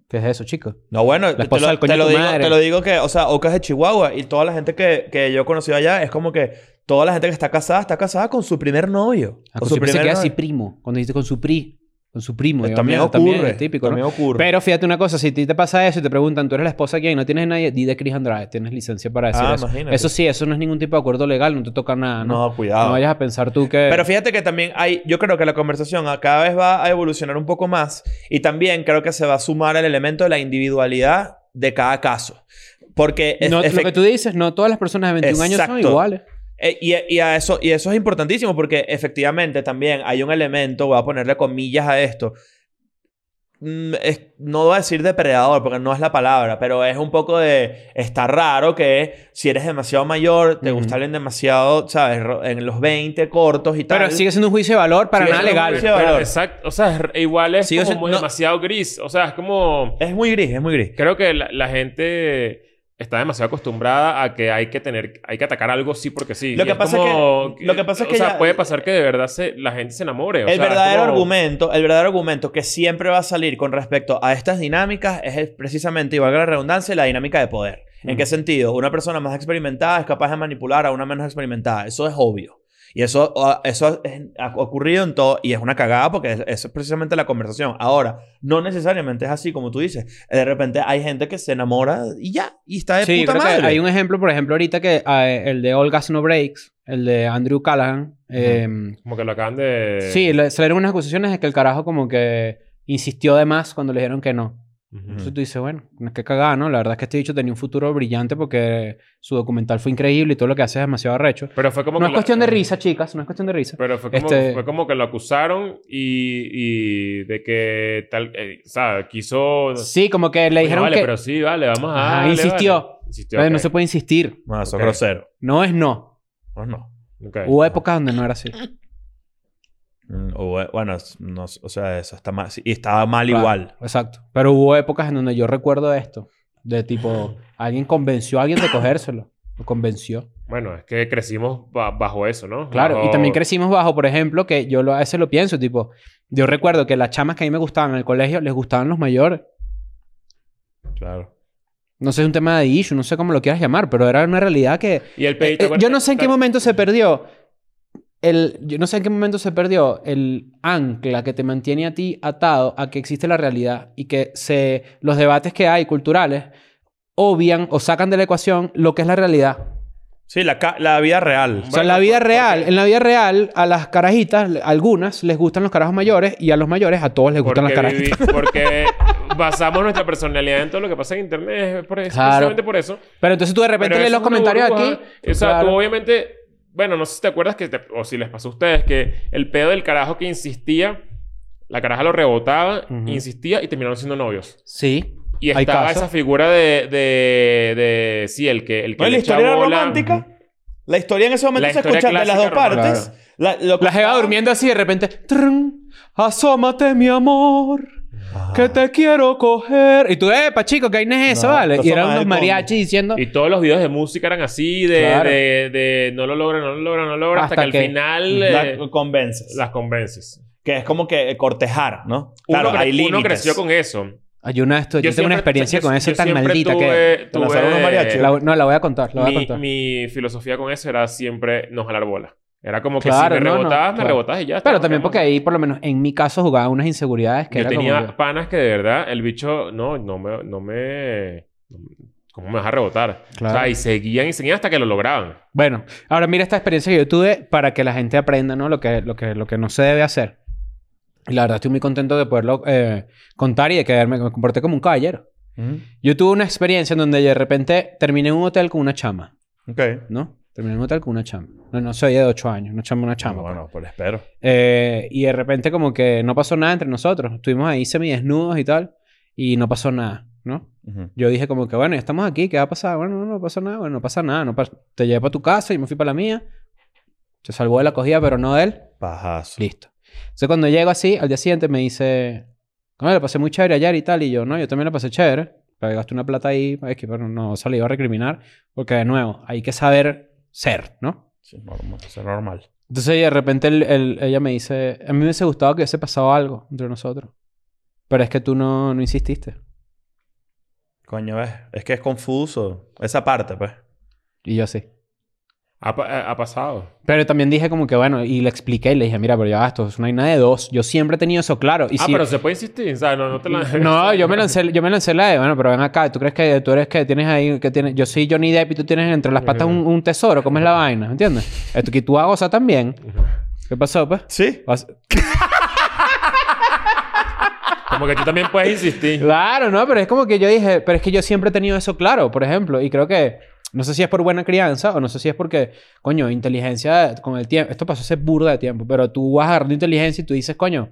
[SPEAKER 1] ¿Qué es eso, chico?
[SPEAKER 2] No, bueno, te,
[SPEAKER 1] esposa
[SPEAKER 2] lo,
[SPEAKER 1] del coño
[SPEAKER 2] te lo
[SPEAKER 1] de tu
[SPEAKER 2] digo,
[SPEAKER 1] madre.
[SPEAKER 2] te lo digo que, o sea, Oca es de Chihuahua y toda la gente que, que yo he conocido allá es como que toda la gente que está casada está casada con su primer novio.
[SPEAKER 1] Ah,
[SPEAKER 2] con
[SPEAKER 1] con
[SPEAKER 2] su
[SPEAKER 1] su pri se
[SPEAKER 2] primer
[SPEAKER 1] queda así
[SPEAKER 2] novio.
[SPEAKER 1] primo. Cuando dijiste con su pri. Con su primo.
[SPEAKER 2] Eh,
[SPEAKER 1] yo,
[SPEAKER 2] también
[SPEAKER 1] mierda,
[SPEAKER 2] ocurre.
[SPEAKER 1] es típico, ¿no?
[SPEAKER 2] también ocurre.
[SPEAKER 1] Pero fíjate una cosa. Si a ti te pasa eso y te preguntan, ¿tú eres la esposa de quién? No tienes nadie. Di de Chris Andrade. Tienes licencia para decir
[SPEAKER 2] Ah,
[SPEAKER 1] eso.
[SPEAKER 2] imagínate.
[SPEAKER 1] Eso sí, eso no es ningún tipo de acuerdo legal. No te toca nada, ¿no?
[SPEAKER 2] no, cuidado.
[SPEAKER 1] No vayas a pensar tú que...
[SPEAKER 2] Pero fíjate que también hay, yo creo que la conversación a- cada vez va a evolucionar un poco más y también creo que se va a sumar el elemento de la individualidad de cada caso. Porque es-
[SPEAKER 1] No, lo
[SPEAKER 2] efect-
[SPEAKER 1] que tú dices, no todas las personas de 21 años son
[SPEAKER 2] Exacto.
[SPEAKER 1] iguales.
[SPEAKER 2] eh, y, y a eso, y eso es importantísimo porque efectivamente también hay un elemento, voy a ponerle comillas a esto. Mm, es- no voy a decir depredador porque no es la palabra, pero es un poco de. Está raro que si eres demasiado mayor, te
[SPEAKER 1] Ujú.
[SPEAKER 2] gusta alguien demasiado, ¿sabes? Ro- En los 20 cortos y tal.
[SPEAKER 1] Pero sigue siendo un juicio de valor para
[SPEAKER 2] Sigue
[SPEAKER 1] nada
[SPEAKER 2] siendo un
[SPEAKER 1] legal.
[SPEAKER 2] juicio- de
[SPEAKER 3] Pero
[SPEAKER 2] valor.
[SPEAKER 3] exacto. O sea, es re- igual es
[SPEAKER 2] Sí, o
[SPEAKER 3] como
[SPEAKER 2] sea,
[SPEAKER 3] muy-
[SPEAKER 2] no-
[SPEAKER 3] demasiado gris. O sea, es como...
[SPEAKER 2] Es muy gris, es muy gris.
[SPEAKER 3] Creo que la, la gente está demasiado acostumbrada a que hay que tener... Hay que atacar algo sí porque sí.
[SPEAKER 2] Lo
[SPEAKER 3] Y
[SPEAKER 2] que pasa es que-
[SPEAKER 3] como
[SPEAKER 2] lo que pasa es que
[SPEAKER 3] O sea,
[SPEAKER 2] ya-
[SPEAKER 3] puede pasar que de verdad se- la gente se enamore. o
[SPEAKER 2] el
[SPEAKER 3] sea, es
[SPEAKER 2] verdadero
[SPEAKER 3] como-
[SPEAKER 2] argumento, el verdadero argumento que siempre va a salir con respecto a estas dinámicas es el- precisamente, igual que la redundancia, la dinámica de poder. ¿En
[SPEAKER 1] Mm.
[SPEAKER 2] qué sentido? Una persona más experimentada es capaz de manipular a una menos experimentada. Eso es obvio. Y eso, ah, eso es- ha ocurrido en todo y es una cagada porque es- eso es precisamente la conversación. Ahora, no necesariamente es así como tú dices. De repente hay gente que se enamora y ya, y está de
[SPEAKER 1] Sí,
[SPEAKER 2] puta
[SPEAKER 1] creo que
[SPEAKER 2] madre.
[SPEAKER 1] hay un ejemplo, por ejemplo, ahorita que eh, el de All Gas No Breaks, el de Andrew Callahan. eh,
[SPEAKER 3] Como que lo acaban de...
[SPEAKER 1] Sí, le salieron unas acusaciones de que el carajo como que insistió de más cuando le dijeron que no.
[SPEAKER 3] Ujú.
[SPEAKER 1] Entonces tú dices, bueno, qué cagada, ¿no? La verdad es que este dicho tenía un futuro brillante porque su documental fue increíble y todo lo que hace es demasiado arrecho.
[SPEAKER 3] Pero fue como
[SPEAKER 1] No
[SPEAKER 3] que eh,
[SPEAKER 1] es
[SPEAKER 3] lo-
[SPEAKER 1] cuestión de risa, chicas, no es cuestión de risa.
[SPEAKER 3] Pero fue como,
[SPEAKER 1] Este-
[SPEAKER 3] fue como que lo acusaron y, y de que tal, eh, ¿sabes? Quiso...
[SPEAKER 1] Sí, como que le
[SPEAKER 3] Coño,
[SPEAKER 1] dijeron
[SPEAKER 3] Pues vale,
[SPEAKER 1] que...
[SPEAKER 3] pero sí, vale, vamos a...
[SPEAKER 1] Ajá,
[SPEAKER 3] darle,
[SPEAKER 1] insistió.
[SPEAKER 3] vale. Insistió,
[SPEAKER 1] "Ay, No
[SPEAKER 3] ok.
[SPEAKER 1] se puede insistir.
[SPEAKER 2] No, eso
[SPEAKER 3] Ok.
[SPEAKER 2] es grosero.
[SPEAKER 1] No es no.
[SPEAKER 2] Pues no.
[SPEAKER 3] Ok.
[SPEAKER 1] Hubo épocas donde no era así.
[SPEAKER 2] Mm, o- Bueno, es- no, o sea, eso está mal. Y estaba mal
[SPEAKER 1] Claro,
[SPEAKER 2] igual.
[SPEAKER 1] Exacto. Pero hubo épocas en donde yo recuerdo esto. De tipo, alguien convenció a alguien de cogérselo. Lo convenció.
[SPEAKER 3] Bueno, es que crecimos ba- bajo eso, ¿no?
[SPEAKER 1] Claro.
[SPEAKER 3] Bajo-
[SPEAKER 1] Y también crecimos bajo, por ejemplo, que yo lo, a veces lo pienso. Tipo, yo recuerdo que las chamas que a mí me gustaban en el colegio les gustaban los mayores.
[SPEAKER 2] Claro.
[SPEAKER 1] No sé, es un tema de issue, no sé cómo lo quieras llamar, pero era una realidad que.
[SPEAKER 3] Y el pedito...
[SPEAKER 1] Eh, yo no sé en qué momento se perdió. El, yo no sé en qué momento se perdió el ancla que te mantiene a ti atado a que existe la realidad y que se, los debates que hay culturales obvian o sacan de la ecuación lo que es la realidad.
[SPEAKER 2] Sí, la, ca- la vida real.
[SPEAKER 1] O sea, en la vida real, en la vida real, a las carajitas, le- algunas les gustan los carajos mayores y a los mayores a todos les gustan las
[SPEAKER 3] Porque,
[SPEAKER 1] carajitas.
[SPEAKER 3] vivi- porque basamos nuestra personalidad en todo lo que pasa en internet. Es por eso,
[SPEAKER 1] Claro.
[SPEAKER 3] precisamente por eso.
[SPEAKER 1] Pero entonces tú de repente
[SPEAKER 3] Pero
[SPEAKER 1] lees
[SPEAKER 3] eso
[SPEAKER 1] los
[SPEAKER 3] es una
[SPEAKER 1] comentarios
[SPEAKER 3] burbuja.
[SPEAKER 1] aquí.
[SPEAKER 3] O sea,
[SPEAKER 1] Claro.
[SPEAKER 3] tú obviamente... Bueno, no sé si te acuerdas que... te- o si les pasó a ustedes que el pedo del carajo que insistía... La caraja lo rebotaba,
[SPEAKER 1] Ujú.
[SPEAKER 3] insistía y terminaron siendo novios.
[SPEAKER 1] Sí.
[SPEAKER 3] Y
[SPEAKER 1] Hay
[SPEAKER 3] estaba
[SPEAKER 1] casos.
[SPEAKER 3] esa figura de, de, de... Sí, el que... El que
[SPEAKER 2] No, y la
[SPEAKER 3] le echa
[SPEAKER 2] historia era
[SPEAKER 3] bola.
[SPEAKER 2] romántica. La historia en ese momento
[SPEAKER 3] La
[SPEAKER 2] se
[SPEAKER 3] historia
[SPEAKER 2] escuchaba de las dos
[SPEAKER 3] clásica
[SPEAKER 2] partes. La, lo-
[SPEAKER 1] La jeva durmiendo así de repente. "Trun, asómate, mi amor.
[SPEAKER 2] Ah.
[SPEAKER 1] Que te quiero coger. Y tú, epa, chico, ¿qué vaina es eso,
[SPEAKER 2] No,
[SPEAKER 1] vale?
[SPEAKER 2] estos
[SPEAKER 1] Y
[SPEAKER 2] son
[SPEAKER 1] eran
[SPEAKER 2] más
[SPEAKER 1] unos
[SPEAKER 2] del
[SPEAKER 1] mariachis diciendo.
[SPEAKER 3] Y todos los videos de música eran así, de,
[SPEAKER 1] Claro.
[SPEAKER 3] de, de no lo logra, no lo logra, no lo logra, hasta,
[SPEAKER 1] Hasta
[SPEAKER 3] que,
[SPEAKER 1] que-
[SPEAKER 3] al final eh,
[SPEAKER 2] La convences.
[SPEAKER 3] las convences.
[SPEAKER 2] Que es como que cortejar, ¿no?
[SPEAKER 3] Uno
[SPEAKER 2] Claro,
[SPEAKER 3] cre-
[SPEAKER 2] hay
[SPEAKER 3] uno
[SPEAKER 2] límites.
[SPEAKER 3] creció con eso.
[SPEAKER 1] Ay, una de esto- Yo, tengo
[SPEAKER 3] siempre-
[SPEAKER 1] una experiencia
[SPEAKER 3] yo-
[SPEAKER 1] con
[SPEAKER 3] yo
[SPEAKER 1] eso tan
[SPEAKER 3] siempre
[SPEAKER 1] maldita que.
[SPEAKER 3] tuve-
[SPEAKER 2] ¿Te lanzaron unos
[SPEAKER 3] tuve-
[SPEAKER 2] mariachis?
[SPEAKER 1] La- no, la voy a contar, la voy a
[SPEAKER 3] mi,
[SPEAKER 1] contar.
[SPEAKER 3] mi filosofía con eso era siempre no jalar bola. Era como que
[SPEAKER 1] Claro,
[SPEAKER 3] si me
[SPEAKER 1] no, no,
[SPEAKER 3] rebotabas, me
[SPEAKER 1] claro.
[SPEAKER 3] rebotabas y ya. está,
[SPEAKER 1] Pero
[SPEAKER 3] nos
[SPEAKER 1] también
[SPEAKER 3] vemos.
[SPEAKER 1] porque ahí, por lo menos en mi caso, jugaba unas inseguridades que
[SPEAKER 3] Yo
[SPEAKER 1] era
[SPEAKER 3] tenía
[SPEAKER 1] como. que-
[SPEAKER 3] panas que de verdad el bicho, no, no me, no me... ¿Cómo me vas a rebotar?
[SPEAKER 1] Claro.
[SPEAKER 3] O sea, y seguían y seguían hasta que lo lograban.
[SPEAKER 1] Bueno, ahora mira esta experiencia que yo tuve para que la gente aprenda, ¿no? Lo que, lo que, lo que no se debe hacer. Y la verdad estoy muy contento de poderlo eh, contar y de quedarme, me comporté como un caballero.
[SPEAKER 2] Ujú.
[SPEAKER 1] Yo tuve una experiencia en donde de repente terminé en un hotel con una chama,
[SPEAKER 2] Ok.
[SPEAKER 1] ¿no? Terminé en un hotel con una chama. No, no soy de 8 años, una chama, una chama.
[SPEAKER 2] Bueno,
[SPEAKER 1] pues.
[SPEAKER 2] bueno, pues espero.
[SPEAKER 1] Eh, y de repente como que no pasó nada entre nosotros. Estuvimos ahí semidesnudos y tal y no pasó nada, ¿no?
[SPEAKER 2] Ujú.
[SPEAKER 1] Yo dije como que, bueno, ya estamos aquí, ¿qué va a pasar? Bueno, no, no pasa nada, bueno, no pasa nada. No pas- Te llevé para tu casa y me fui para la mía. Se salvó de la cogida, pero no de él.
[SPEAKER 2] Pajazo.
[SPEAKER 1] Listo. Entonces cuando llego así, al día siguiente me dice, no, la pasé muy chévere ayer y tal. Y yo, no, yo también la pasé chévere. Pero gasté una plata ahí, es que bueno, no se le iba a recriminar. Porque de nuevo, hay que saber ser, ¿no?
[SPEAKER 2] Sí, normal. Eso es normal.
[SPEAKER 1] Entonces y de repente el- el- ella me dice, a mí me hubiese gustado que hubiese pasado algo entre nosotros. Pero es que tú no, no insististe.
[SPEAKER 2] Coño, es, es que es confuso. Esa parte, pues.
[SPEAKER 1] Y yo sí.
[SPEAKER 3] Ha, pa- eh, ha- ha pasado.
[SPEAKER 1] Pero también dije como que bueno, y le expliqué y le dije, mira, pero ya va, esto es una vaina de dos. Yo siempre he tenido eso claro. Y
[SPEAKER 3] ah,
[SPEAKER 1] si-
[SPEAKER 3] pero se puede insistir. O sea, no, no te la...
[SPEAKER 1] No, yo me lancé, yo me lancé la de, bueno, pero ven acá, ¿tú crees que tú eres que tienes ahí, que tienes, yo soy Johnny Depp y tú tienes entre las patas un, un tesoro, ¿cómo es la vaina? ¿Entiendes? Esto que tú hagas también. ¿Qué pasó, pues?
[SPEAKER 2] Sí.
[SPEAKER 1] Vas-
[SPEAKER 3] Como que tú también puedes insistir.
[SPEAKER 1] Claro, no, pero es como que yo dije, pero es que yo siempre he tenido eso claro, por ejemplo, y creo que no sé si es por buena crianza o no sé si es porque, coño, inteligencia con el tiempo, esto pasó hace burda de tiempo, pero tú vas agarrando inteligencia y tú dices, coño,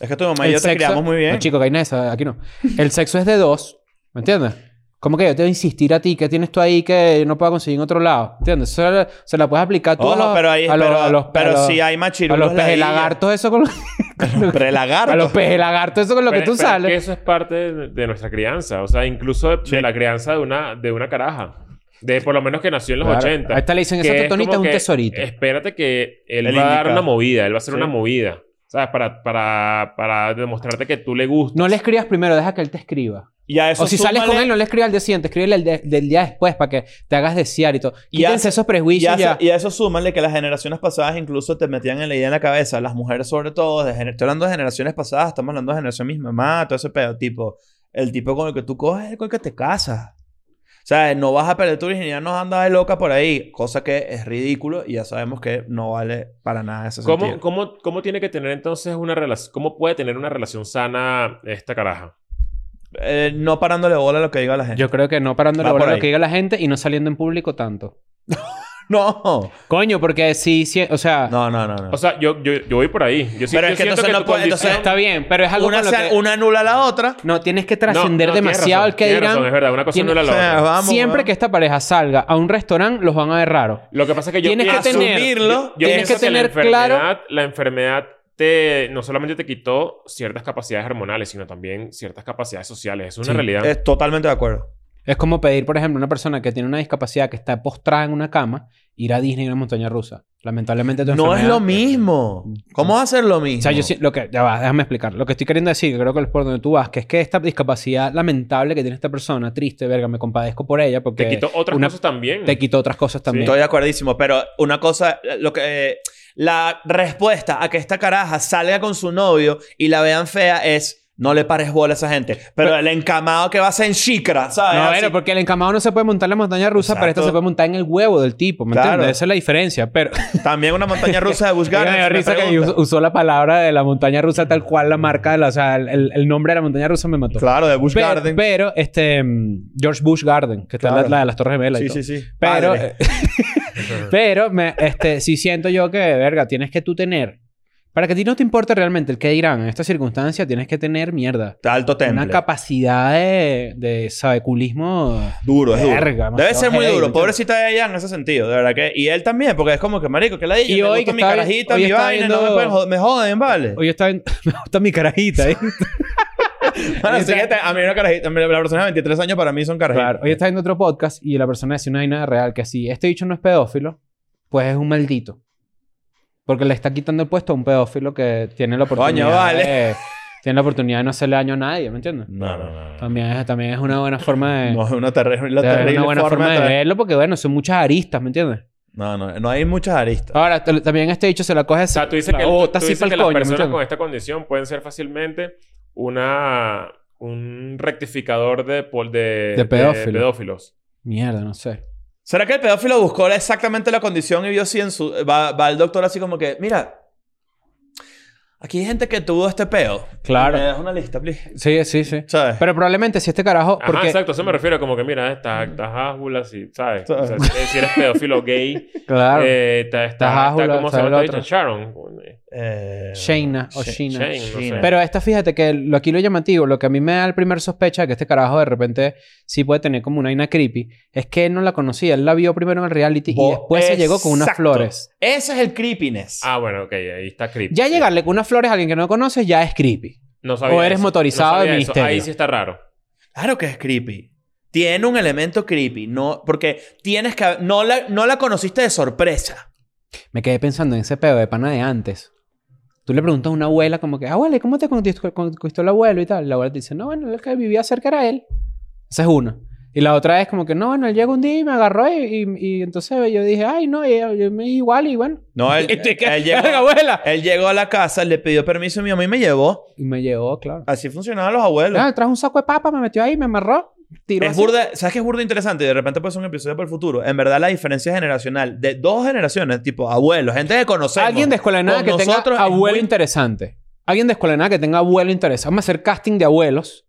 [SPEAKER 2] Es que tu mamá y yo te criamos muy bien.
[SPEAKER 1] No, chico, que hay nada de eso, aquí no. El sexo es de dos, ¿me entiendes? Como que yo te voy a insistir a ti, que tienes tú ahí que yo no puedo conseguir en otro lado, ¿entiendes? Eso la- se la puedes aplicar tú a
[SPEAKER 2] Ojo,
[SPEAKER 1] los,
[SPEAKER 2] Oh, pero ahí,
[SPEAKER 1] a los,
[SPEAKER 2] pero,
[SPEAKER 1] a los-
[SPEAKER 2] pero
[SPEAKER 1] a los-
[SPEAKER 2] si hay
[SPEAKER 1] a
[SPEAKER 2] machirulos
[SPEAKER 1] los pejes
[SPEAKER 2] ladilla.
[SPEAKER 1] lagartos, eso con lo, a los
[SPEAKER 2] Prelagartos.
[SPEAKER 1] pejes lagartos, eso con lo que
[SPEAKER 3] Pero-
[SPEAKER 1] tú
[SPEAKER 3] pero
[SPEAKER 1] sales.
[SPEAKER 3] es que eso es parte de, de nuestra crianza. O sea, incluso de,
[SPEAKER 2] Sí.
[SPEAKER 3] de la crianza de una, de una caraja. De por lo menos que nació en los
[SPEAKER 1] Claro.
[SPEAKER 3] 80.
[SPEAKER 1] A esta le dicen,
[SPEAKER 3] Que
[SPEAKER 1] esa
[SPEAKER 3] es
[SPEAKER 1] totonita
[SPEAKER 3] como
[SPEAKER 1] es un
[SPEAKER 3] que,
[SPEAKER 1] tesorito.
[SPEAKER 3] Espérate que él
[SPEAKER 2] Él
[SPEAKER 3] va a dar
[SPEAKER 2] indica.
[SPEAKER 3] una movida. Él va a hacer
[SPEAKER 2] Sí.
[SPEAKER 3] una movida. ¿Sabes? Para, para, para demostrarte que tú le gustas.
[SPEAKER 1] No le escribas primero, deja que él te escriba.
[SPEAKER 2] Y a eso
[SPEAKER 1] o si sales con
[SPEAKER 2] súmale-
[SPEAKER 1] él, no le escribas al día siguiente, escríbele el de- del día después para que te hagas desear y todo.
[SPEAKER 2] Y
[SPEAKER 1] Quítense
[SPEAKER 2] hace-
[SPEAKER 1] esos
[SPEAKER 2] Y,
[SPEAKER 1] prejuicios
[SPEAKER 2] hace-
[SPEAKER 1] ya.
[SPEAKER 2] y a eso súmale que las generaciones pasadas incluso te metían en la idea en la cabeza, las mujeres sobre todo, de gener- estoy hablando de generaciones pasadas, estamos hablando de generación de mi mamá, todo ese pedo, tipo, el tipo con el que tú coges es con el que te casas. O sea, no vas a perder tu virginidad, no andas de loca por ahí, cosa que es ridículo y ya sabemos que no vale para nada ese
[SPEAKER 3] ¿Cómo,
[SPEAKER 2] sentido.
[SPEAKER 3] cómo, ¿Cómo tiene que tener entonces una relación? ¿Cómo puede tener una relación sana esta caraja?
[SPEAKER 2] Eh, no parándole bola a lo que diga la gente.
[SPEAKER 1] Yo creo que no parándole
[SPEAKER 2] Va
[SPEAKER 1] bola
[SPEAKER 2] por
[SPEAKER 1] a lo
[SPEAKER 2] ahí.
[SPEAKER 1] que diga la gente y no saliendo en público tanto.
[SPEAKER 2] No,
[SPEAKER 1] Coño, porque sí, sí o sea,
[SPEAKER 2] no, no,
[SPEAKER 1] Ah.
[SPEAKER 2] no. no.
[SPEAKER 3] O sea, yo, yo, yo voy por ahí. Yo, sí-
[SPEAKER 2] Pero
[SPEAKER 3] yo
[SPEAKER 2] es que
[SPEAKER 3] siento
[SPEAKER 2] entonces no
[SPEAKER 3] tu
[SPEAKER 2] puede- entonces
[SPEAKER 3] condición-
[SPEAKER 1] está bien, pero es algo
[SPEAKER 2] una,
[SPEAKER 1] con lo
[SPEAKER 2] se-
[SPEAKER 1] que-
[SPEAKER 2] una anula a la otra.
[SPEAKER 1] No, tienes que
[SPEAKER 3] No,
[SPEAKER 1] trascender
[SPEAKER 3] no, tienes
[SPEAKER 1] demasiado
[SPEAKER 3] razón,
[SPEAKER 1] el que
[SPEAKER 3] tienes
[SPEAKER 1] dirán.
[SPEAKER 3] razón, es verdad, una cosa
[SPEAKER 1] tiene-
[SPEAKER 3] no la
[SPEAKER 2] O sea,
[SPEAKER 3] otra.
[SPEAKER 2] vamos,
[SPEAKER 1] Siempre
[SPEAKER 2] weón.
[SPEAKER 1] que esta pareja salga a un restaurante, los van a ver raro.
[SPEAKER 3] Lo que pasa es que yo
[SPEAKER 1] Tienes que
[SPEAKER 3] pienso-
[SPEAKER 1] tener-
[SPEAKER 2] asumirlo.
[SPEAKER 3] Yo
[SPEAKER 1] Tienes
[SPEAKER 3] pienso
[SPEAKER 1] que tener
[SPEAKER 3] la enfermedad,
[SPEAKER 1] claro-
[SPEAKER 3] La enfermedad te, no solamente te quitó ciertas capacidades hormonales, sino también ciertas capacidades sociales. Es una
[SPEAKER 1] Sí,
[SPEAKER 3] realidad.
[SPEAKER 2] Eh, totalmente de acuerdo.
[SPEAKER 1] Es como pedir, por ejemplo, a una persona que tiene una discapacidad que está postrada en una cama, ir a Disney en una montaña rusa. Lamentablemente tu
[SPEAKER 2] No es
[SPEAKER 1] enfermedad-
[SPEAKER 2] lo mismo. ¿Cómo va a ser lo mismo?
[SPEAKER 1] O sea, yo sí- lo que, ya va, déjame explicar. Lo que estoy queriendo decir, que creo que es por donde tú vas, que es que esta discapacidad lamentable que tiene esta persona, triste, verga, me compadezco por ella porque
[SPEAKER 3] te quitó otras
[SPEAKER 1] una-
[SPEAKER 3] cosas también.
[SPEAKER 1] te quitó otras cosas también.
[SPEAKER 2] Estoy de acuerdísimo, pero una cosa, eh, lo que eh, la respuesta a que esta caraja salga con su novio y la vean fea es No le pares bola a esa gente. Pero, el encamado que va a ser en Shikra, ¿sabes?
[SPEAKER 1] No,
[SPEAKER 2] Así-
[SPEAKER 1] bueno, porque el encamado no se puede montar en la montaña rusa, pero esta
[SPEAKER 2] Exacto.
[SPEAKER 1] se puede montar en el huevo del tipo, ¿me
[SPEAKER 2] Claro.
[SPEAKER 1] entiendes? Esa es la diferencia, pero...
[SPEAKER 2] También una montaña rusa de buscar.
[SPEAKER 1] Oiga, me dio risa que us- usó la palabra de la montaña rusa tal cual la marca, de la- o sea, el- el, el nombre de la montaña rusa me mató.
[SPEAKER 2] Claro, de Bush
[SPEAKER 1] pero,
[SPEAKER 2] Garden.
[SPEAKER 1] pero, este, mm, George Bush Garden, que está en la-
[SPEAKER 2] Claro.
[SPEAKER 1] la, de las Torres Gemelas. y
[SPEAKER 2] sí,
[SPEAKER 1] todo.
[SPEAKER 2] sí, sí.
[SPEAKER 1] Pero, eh,
[SPEAKER 2] Padre.
[SPEAKER 1] pero me, este, sí siento yo que, verga, tienes que tú tener. Para que a ti no te importe realmente el que dirán en esta circunstancia, tienes que tener mierda.
[SPEAKER 2] Alto temple.
[SPEAKER 1] Una capacidad de, de sabeculismo.
[SPEAKER 2] Duro, es
[SPEAKER 1] Verga,
[SPEAKER 2] duro. Debe
[SPEAKER 1] demasiado
[SPEAKER 2] ser muy
[SPEAKER 1] heavy,
[SPEAKER 2] duro.
[SPEAKER 1] ¿me
[SPEAKER 2] Pobrecita de ella en ese sentido, de verdad que. Y él también, porque es como que, marico, que la dije.
[SPEAKER 1] Y hoy
[SPEAKER 2] me gusta
[SPEAKER 1] que
[SPEAKER 2] mi
[SPEAKER 1] estaba-
[SPEAKER 2] carajita,
[SPEAKER 1] hoy
[SPEAKER 2] mi
[SPEAKER 1] estaba
[SPEAKER 2] vaina, no
[SPEAKER 1] viendo-
[SPEAKER 2] me pueden joder, me joden, vale.
[SPEAKER 1] Oye, está bien- me gusta mi carajita. ¿eh?
[SPEAKER 2] Bueno, así que te- a mí una carajita, la persona de 23 años para mí son carajitas.
[SPEAKER 1] Claro. Hoy está viendo otro podcast y la persona decía una vaina real que así, este bicho no es pedófilo, pues es un maldito. Porque le está quitando el puesto a un pedófilo que tiene la oportunidad
[SPEAKER 2] vale.
[SPEAKER 1] de... Tiene la oportunidad de no hacerle daño a nadie, ¿me entiendes?
[SPEAKER 2] No, no, no.
[SPEAKER 1] También es, también es una buena forma de...
[SPEAKER 2] No, es una terrible, la
[SPEAKER 1] de ver
[SPEAKER 2] terrible
[SPEAKER 1] una buena forma, de
[SPEAKER 2] tra-
[SPEAKER 1] verlo porque, bueno, son muchas aristas, ¿me entiendes?
[SPEAKER 2] No, no, no hay muchas aristas.
[SPEAKER 1] Ahora, t- también este dicho se la coge...
[SPEAKER 3] O sea, tú dices que,
[SPEAKER 1] Oh,
[SPEAKER 3] tú
[SPEAKER 1] está así
[SPEAKER 3] dices
[SPEAKER 1] pa'l
[SPEAKER 3] que
[SPEAKER 1] coño,
[SPEAKER 3] las
[SPEAKER 1] ¿me
[SPEAKER 3] personas
[SPEAKER 1] entiendes?
[SPEAKER 3] con esta condición pueden ser fácilmente una, un rectificador de, pol- de,
[SPEAKER 1] De pedófilo.
[SPEAKER 3] pedófilos.
[SPEAKER 1] Mierda, no sé.
[SPEAKER 2] ¿Será que el pedófilo buscó la- exactamente la condición y vio si en su. Va, va el doctor así como que, mira. Aquí hay gente que tuvo este pedo.
[SPEAKER 1] Claro.
[SPEAKER 2] Me das una lista, please.
[SPEAKER 1] Sí, sí, sí.
[SPEAKER 2] ¿Sabes?
[SPEAKER 1] Pero probablemente si este carajo...
[SPEAKER 3] Ajá,
[SPEAKER 1] Porque,
[SPEAKER 3] exacto. A Eso me refiero. Como que, mira, estás estás ájula, si, ¿sabes?
[SPEAKER 2] Claro.
[SPEAKER 3] O sea, si- si eres pedófilo gay,
[SPEAKER 1] claro,
[SPEAKER 3] eh, está, está,
[SPEAKER 1] Estás
[SPEAKER 3] está-
[SPEAKER 1] ájula,
[SPEAKER 3] ¿cómo se
[SPEAKER 1] está
[SPEAKER 3] llama
[SPEAKER 1] el
[SPEAKER 3] esta bicha? Sharon.
[SPEAKER 2] Eh,
[SPEAKER 1] Shaina o
[SPEAKER 2] Sh-
[SPEAKER 1] Shina.
[SPEAKER 3] Shane, no
[SPEAKER 2] Shane.
[SPEAKER 3] sé.
[SPEAKER 1] Pero esta, fíjate que lo, aquí lo llamativo, lo que a mí me da el primer sospecha de que este carajo de repente sí puede tener como una vaina creepy, es que él no la conocía, él la vio primero en el reality
[SPEAKER 2] Bo-
[SPEAKER 1] y después se llegó con unas
[SPEAKER 2] Exacto.
[SPEAKER 1] flores.
[SPEAKER 2] Ese es el creepiness.
[SPEAKER 3] Ah, bueno, ok. Ahí está creepy.
[SPEAKER 1] Ya
[SPEAKER 3] Sí.
[SPEAKER 1] llegarle con unas flores a alguien que no conoces ya es creepy.
[SPEAKER 3] No sabía
[SPEAKER 1] o eres
[SPEAKER 3] eso.
[SPEAKER 1] motorizado
[SPEAKER 3] No sabía
[SPEAKER 1] de
[SPEAKER 3] eso.
[SPEAKER 1] ministerio.
[SPEAKER 3] Ahí sí está raro.
[SPEAKER 2] Claro que es creepy. Tiene un elemento creepy, no, porque tienes que no la, no la conociste de sorpresa.
[SPEAKER 1] Me quedé pensando en ese pedo de pana de antes. Tú le preguntas a una abuela como que, abuela, ¿y ¿cómo te conquistó, conquistó el abuelo y tal? La abuela te dice, no, bueno, el que vivía cerca era él. Esa es una. Y la otra es como que, no, bueno, él llegó un día y me agarró y, y- y entonces yo dije, ay, no, y- yo me igual y bueno.
[SPEAKER 2] No, él,
[SPEAKER 1] Y te quedas,
[SPEAKER 2] él llegó,
[SPEAKER 1] abuela.
[SPEAKER 2] él llegó a la casa, le pidió permiso a mi mamá y me llevó.
[SPEAKER 1] Y me llevó, claro.
[SPEAKER 2] Así funcionaban los abuelos.
[SPEAKER 1] Ah, trajo un saco de papa, me metió ahí, me amarró, tiró
[SPEAKER 2] Es
[SPEAKER 1] así.
[SPEAKER 2] burda, ¿sabes qué es burda interesante? Y de repente puede ser un episodio para el futuro. En verdad, la diferencia generacional de dos generaciones, tipo abuelos, gente que conocemos.
[SPEAKER 1] Alguien de escuela de nada
[SPEAKER 2] con
[SPEAKER 1] que
[SPEAKER 2] nosotros es
[SPEAKER 1] tenga abuelo
[SPEAKER 2] muy-
[SPEAKER 1] interesante. Alguien de escuela de nada que tenga abuelo interesante. Vamos a hacer casting de abuelos.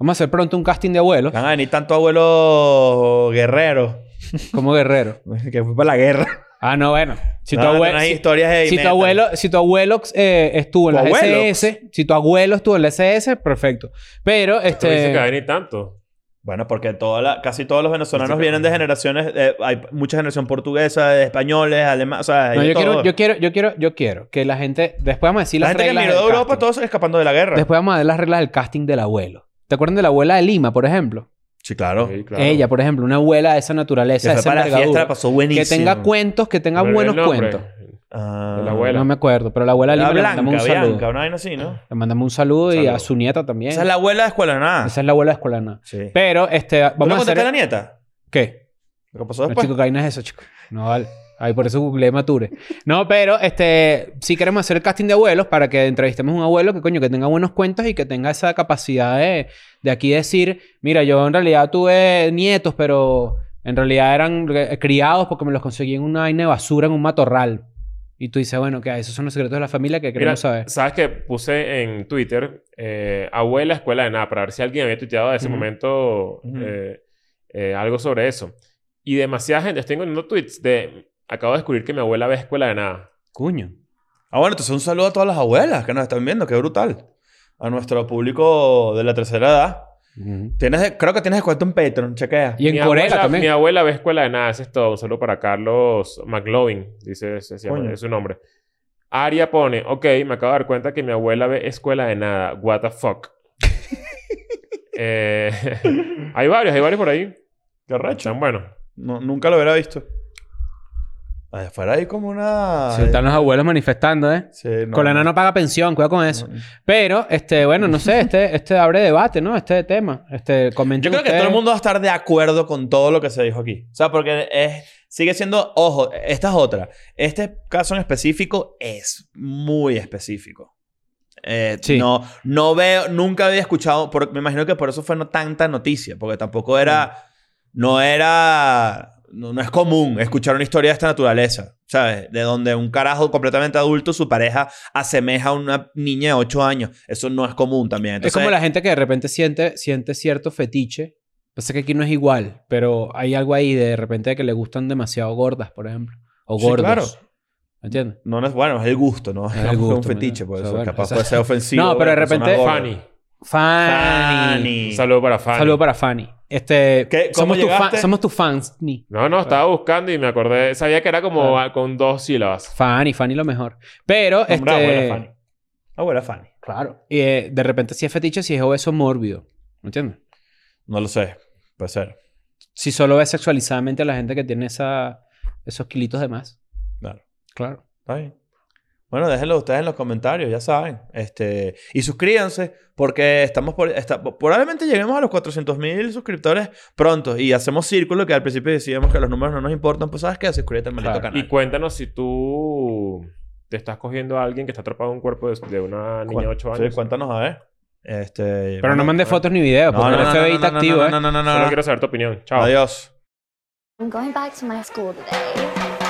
[SPEAKER 1] Vamos a hacer pronto un casting de abuelos
[SPEAKER 2] Van a venir tanto abuelo guerrero
[SPEAKER 1] como guerrero.
[SPEAKER 2] que fue para la guerra.
[SPEAKER 1] Ah, no, bueno. Si tu
[SPEAKER 2] Van a
[SPEAKER 1] abuelo...
[SPEAKER 2] tener
[SPEAKER 1] Si,
[SPEAKER 2] historias de
[SPEAKER 1] si tu
[SPEAKER 2] metal.
[SPEAKER 1] abuelo, si tu abuelo eh, estuvo en
[SPEAKER 2] Tu
[SPEAKER 1] la
[SPEAKER 2] abuelo.
[SPEAKER 1] SS, si tu abuelo estuvo en la SS, perfecto. Pero,
[SPEAKER 3] Tú dices que
[SPEAKER 1] este,
[SPEAKER 3] ahí ni tanto.
[SPEAKER 2] Bueno, porque toda la- casi todos los venezolanos
[SPEAKER 3] Así que-
[SPEAKER 2] vienen de generaciones, eh, hay mucha generación portuguesa, de españoles, alemanes, o sea, hay
[SPEAKER 1] no,
[SPEAKER 2] de
[SPEAKER 1] yo quiero,
[SPEAKER 2] todo.
[SPEAKER 1] yo quiero, yo quiero, yo quiero que la gente, después vamos a decir
[SPEAKER 2] la
[SPEAKER 1] las
[SPEAKER 2] gente que
[SPEAKER 1] reglas
[SPEAKER 2] emigró de
[SPEAKER 1] del
[SPEAKER 2] Europa,
[SPEAKER 1] casting.
[SPEAKER 2] todos escapando de la guerra.
[SPEAKER 1] Después vamos a ver las reglas del casting del abuelo. ¿Te acuerdan de la abuela de Lima, por ejemplo?
[SPEAKER 2] Sí, claro.
[SPEAKER 3] Sí, claro.
[SPEAKER 1] Ella, por ejemplo, una abuela de esa
[SPEAKER 2] Que
[SPEAKER 1] naturaleza, de
[SPEAKER 2] fue
[SPEAKER 1] esa
[SPEAKER 2] para la fiesta,
[SPEAKER 1] envergadura.
[SPEAKER 2] la pasó buenísimo.
[SPEAKER 1] Que tenga cuentos, que tenga
[SPEAKER 3] Pero
[SPEAKER 1] buenos
[SPEAKER 3] el nombre.
[SPEAKER 1] cuentos.
[SPEAKER 2] Ah.
[SPEAKER 3] la abuela.
[SPEAKER 1] No me acuerdo, pero la abuela de
[SPEAKER 2] La
[SPEAKER 1] Lima le
[SPEAKER 2] blanca,
[SPEAKER 1] mandamos un saludo.
[SPEAKER 2] Bianca, una vaina así, ¿no?
[SPEAKER 1] Le mandamos un saludo y
[SPEAKER 3] Saludo.
[SPEAKER 1] a su nieta también.
[SPEAKER 2] Esa es la abuela de escuela de nada.
[SPEAKER 1] Esa es la abuela de escolana.
[SPEAKER 2] Sí.
[SPEAKER 1] Pero, este,
[SPEAKER 2] ¿Tú le
[SPEAKER 1] vamos a
[SPEAKER 2] contaste
[SPEAKER 1] hacer...
[SPEAKER 2] a la nieta?
[SPEAKER 1] ¿Qué?
[SPEAKER 2] Lo que pasó
[SPEAKER 1] No,
[SPEAKER 2] después.
[SPEAKER 1] chico, que vaina es eso, chico. No, vale. Ay, por eso googleé Mature. No, pero, este, sí queremos hacer el casting de abuelos para que entrevistemos a un abuelo que, coño, que tenga buenos cuentos y que tenga esa capacidad de, de aquí decir, mira, yo en realidad tuve nietos, pero en realidad eran eh, criados porque me los conseguí en una vaina de basura en un matorral. Y tú dices, bueno, que esos son los secretos de la familia que
[SPEAKER 3] Mira,
[SPEAKER 1] queremos saber.
[SPEAKER 3] ¿Sabes que puse en Twitter eh, abuela escuela de nada para ver si alguien había tuiteado de ese
[SPEAKER 1] Ujú.
[SPEAKER 3] momento
[SPEAKER 2] Ujú.
[SPEAKER 3] eh, eh, algo sobre eso? Y demasiada gente. Estoy encontrando tweets de acabo de descubrir que mi abuela ve escuela de nada.
[SPEAKER 1] Coño.
[SPEAKER 2] Ah, bueno, entonces un saludo a todas las abuelas que nos están viendo, qué brutal. A nuestro público de la tercera edad. Tienes, creo que tienes descuento en Patreon, chequea.
[SPEAKER 1] Y en
[SPEAKER 3] mi
[SPEAKER 1] Corea
[SPEAKER 3] abuela,
[SPEAKER 1] también.
[SPEAKER 3] Mi abuela ve escuela de nada. Eso es todo. Un saludo para Carlos McLovin. Dice ese- se llama-
[SPEAKER 2] Coño.
[SPEAKER 3] es su nombre. Aria pone, ok, me acabo de dar cuenta que mi abuela ve escuela de nada. What the fuck. Eh, hay varios, hay varios por ahí.
[SPEAKER 2] Qué recho.
[SPEAKER 3] Están buenos.
[SPEAKER 2] No, nunca lo hubiera visto. Allá afuera hay como una.
[SPEAKER 1] Sí, están los abuelos manifestando, ¿eh?
[SPEAKER 2] Sí, no,
[SPEAKER 1] Colana no paga pensión, cuidado con eso. Pero, este, bueno, no sé, este, este abre debate, ¿no? Este tema. Este, comenten
[SPEAKER 2] Yo creo que
[SPEAKER 1] ustedes.
[SPEAKER 2] todo el mundo va a estar de acuerdo con todo lo que se dijo aquí. O sea, porque es, sigue siendo, ojo, esta es otra. Este caso en específico es muy específico. Eh,
[SPEAKER 1] Sí.
[SPEAKER 2] No, no veo, nunca había escuchado, por- me imagino que por eso fue no tanta noticia, porque tampoco era,
[SPEAKER 1] Mm.
[SPEAKER 2] no era, no, no es común escuchar una historia de esta naturaleza, ¿sabes? De donde un carajo completamente adulto, su pareja asemeja a una niña de 8 años. Eso no es común también.
[SPEAKER 1] es
[SPEAKER 2] Entonces,
[SPEAKER 1] como la gente que de repente siente, siente cierto fetiche. Pasa que aquí no es igual, pero hay algo ahí de, de repente que le gustan demasiado gordas, por ejemplo. O
[SPEAKER 2] Sí,
[SPEAKER 1] gordos.
[SPEAKER 2] claro.
[SPEAKER 1] ¿Me entiendes?
[SPEAKER 2] No, no es bueno, es el gusto, ¿no?
[SPEAKER 1] el
[SPEAKER 2] Es un
[SPEAKER 1] gusto, mira.
[SPEAKER 2] fetiche, por
[SPEAKER 1] O sea,
[SPEAKER 2] eso.
[SPEAKER 1] bueno,
[SPEAKER 2] capaz
[SPEAKER 1] o sea-
[SPEAKER 2] puede ser ofensivo.
[SPEAKER 1] No, pero
[SPEAKER 2] ver
[SPEAKER 1] de
[SPEAKER 2] personas
[SPEAKER 1] repente-
[SPEAKER 2] gordas.
[SPEAKER 3] Fanny.
[SPEAKER 1] Fanny.
[SPEAKER 2] Fanny.
[SPEAKER 3] Un saludo para Fanny.
[SPEAKER 1] Saludo para Fanny. Este,
[SPEAKER 2] ¿Qué? ¿Cómo
[SPEAKER 1] somos, tus fan-
[SPEAKER 2] llegaste?
[SPEAKER 1] somos tus fans, Ni.
[SPEAKER 3] No, no, estaba buscando y me acordé. Sabía que era como
[SPEAKER 2] Ah.
[SPEAKER 3] ah, con dos sílabas.
[SPEAKER 1] Fanny, Fanny lo mejor. Pero,
[SPEAKER 2] Hombre,
[SPEAKER 1] este...
[SPEAKER 2] abuela Fanny. Abuela Fanny.
[SPEAKER 1] Claro. Y, eh, de repente si es fetiche, si es obeso mórbido. ¿Me entiendes?
[SPEAKER 2] No lo sé. Puede ser.
[SPEAKER 1] Si solo ves sexualizadamente a la gente que tiene esa, esos kilitos de más.
[SPEAKER 2] Claro.
[SPEAKER 1] Claro.
[SPEAKER 2] Está bien. Bueno, déjenlo ustedes en los comentarios, ya saben. Este, y suscríbanse porque estamos por, esta- probablemente lleguemos a los 400.000 suscriptores pronto y hacemos círculo que al principio decíamos que los números no nos importan, pues sabes qué, suscríbete al maldito
[SPEAKER 1] Claro.
[SPEAKER 2] canal.
[SPEAKER 3] Y cuéntanos si tú te estás cogiendo a alguien que está atrapado en un cuerpo de, de una niña de 8
[SPEAKER 2] Sí,
[SPEAKER 3] años.
[SPEAKER 2] cuéntanos a ver. Este,
[SPEAKER 1] Pero no mande
[SPEAKER 2] mandes
[SPEAKER 1] fotos ni videos, porque el FBI está activo, ¿eh?
[SPEAKER 2] No, no, no, no,
[SPEAKER 3] Solo
[SPEAKER 2] no.
[SPEAKER 3] quiero saber tu opinión. Chao.
[SPEAKER 2] Adiós.
[SPEAKER 4] I'm going back to my school today.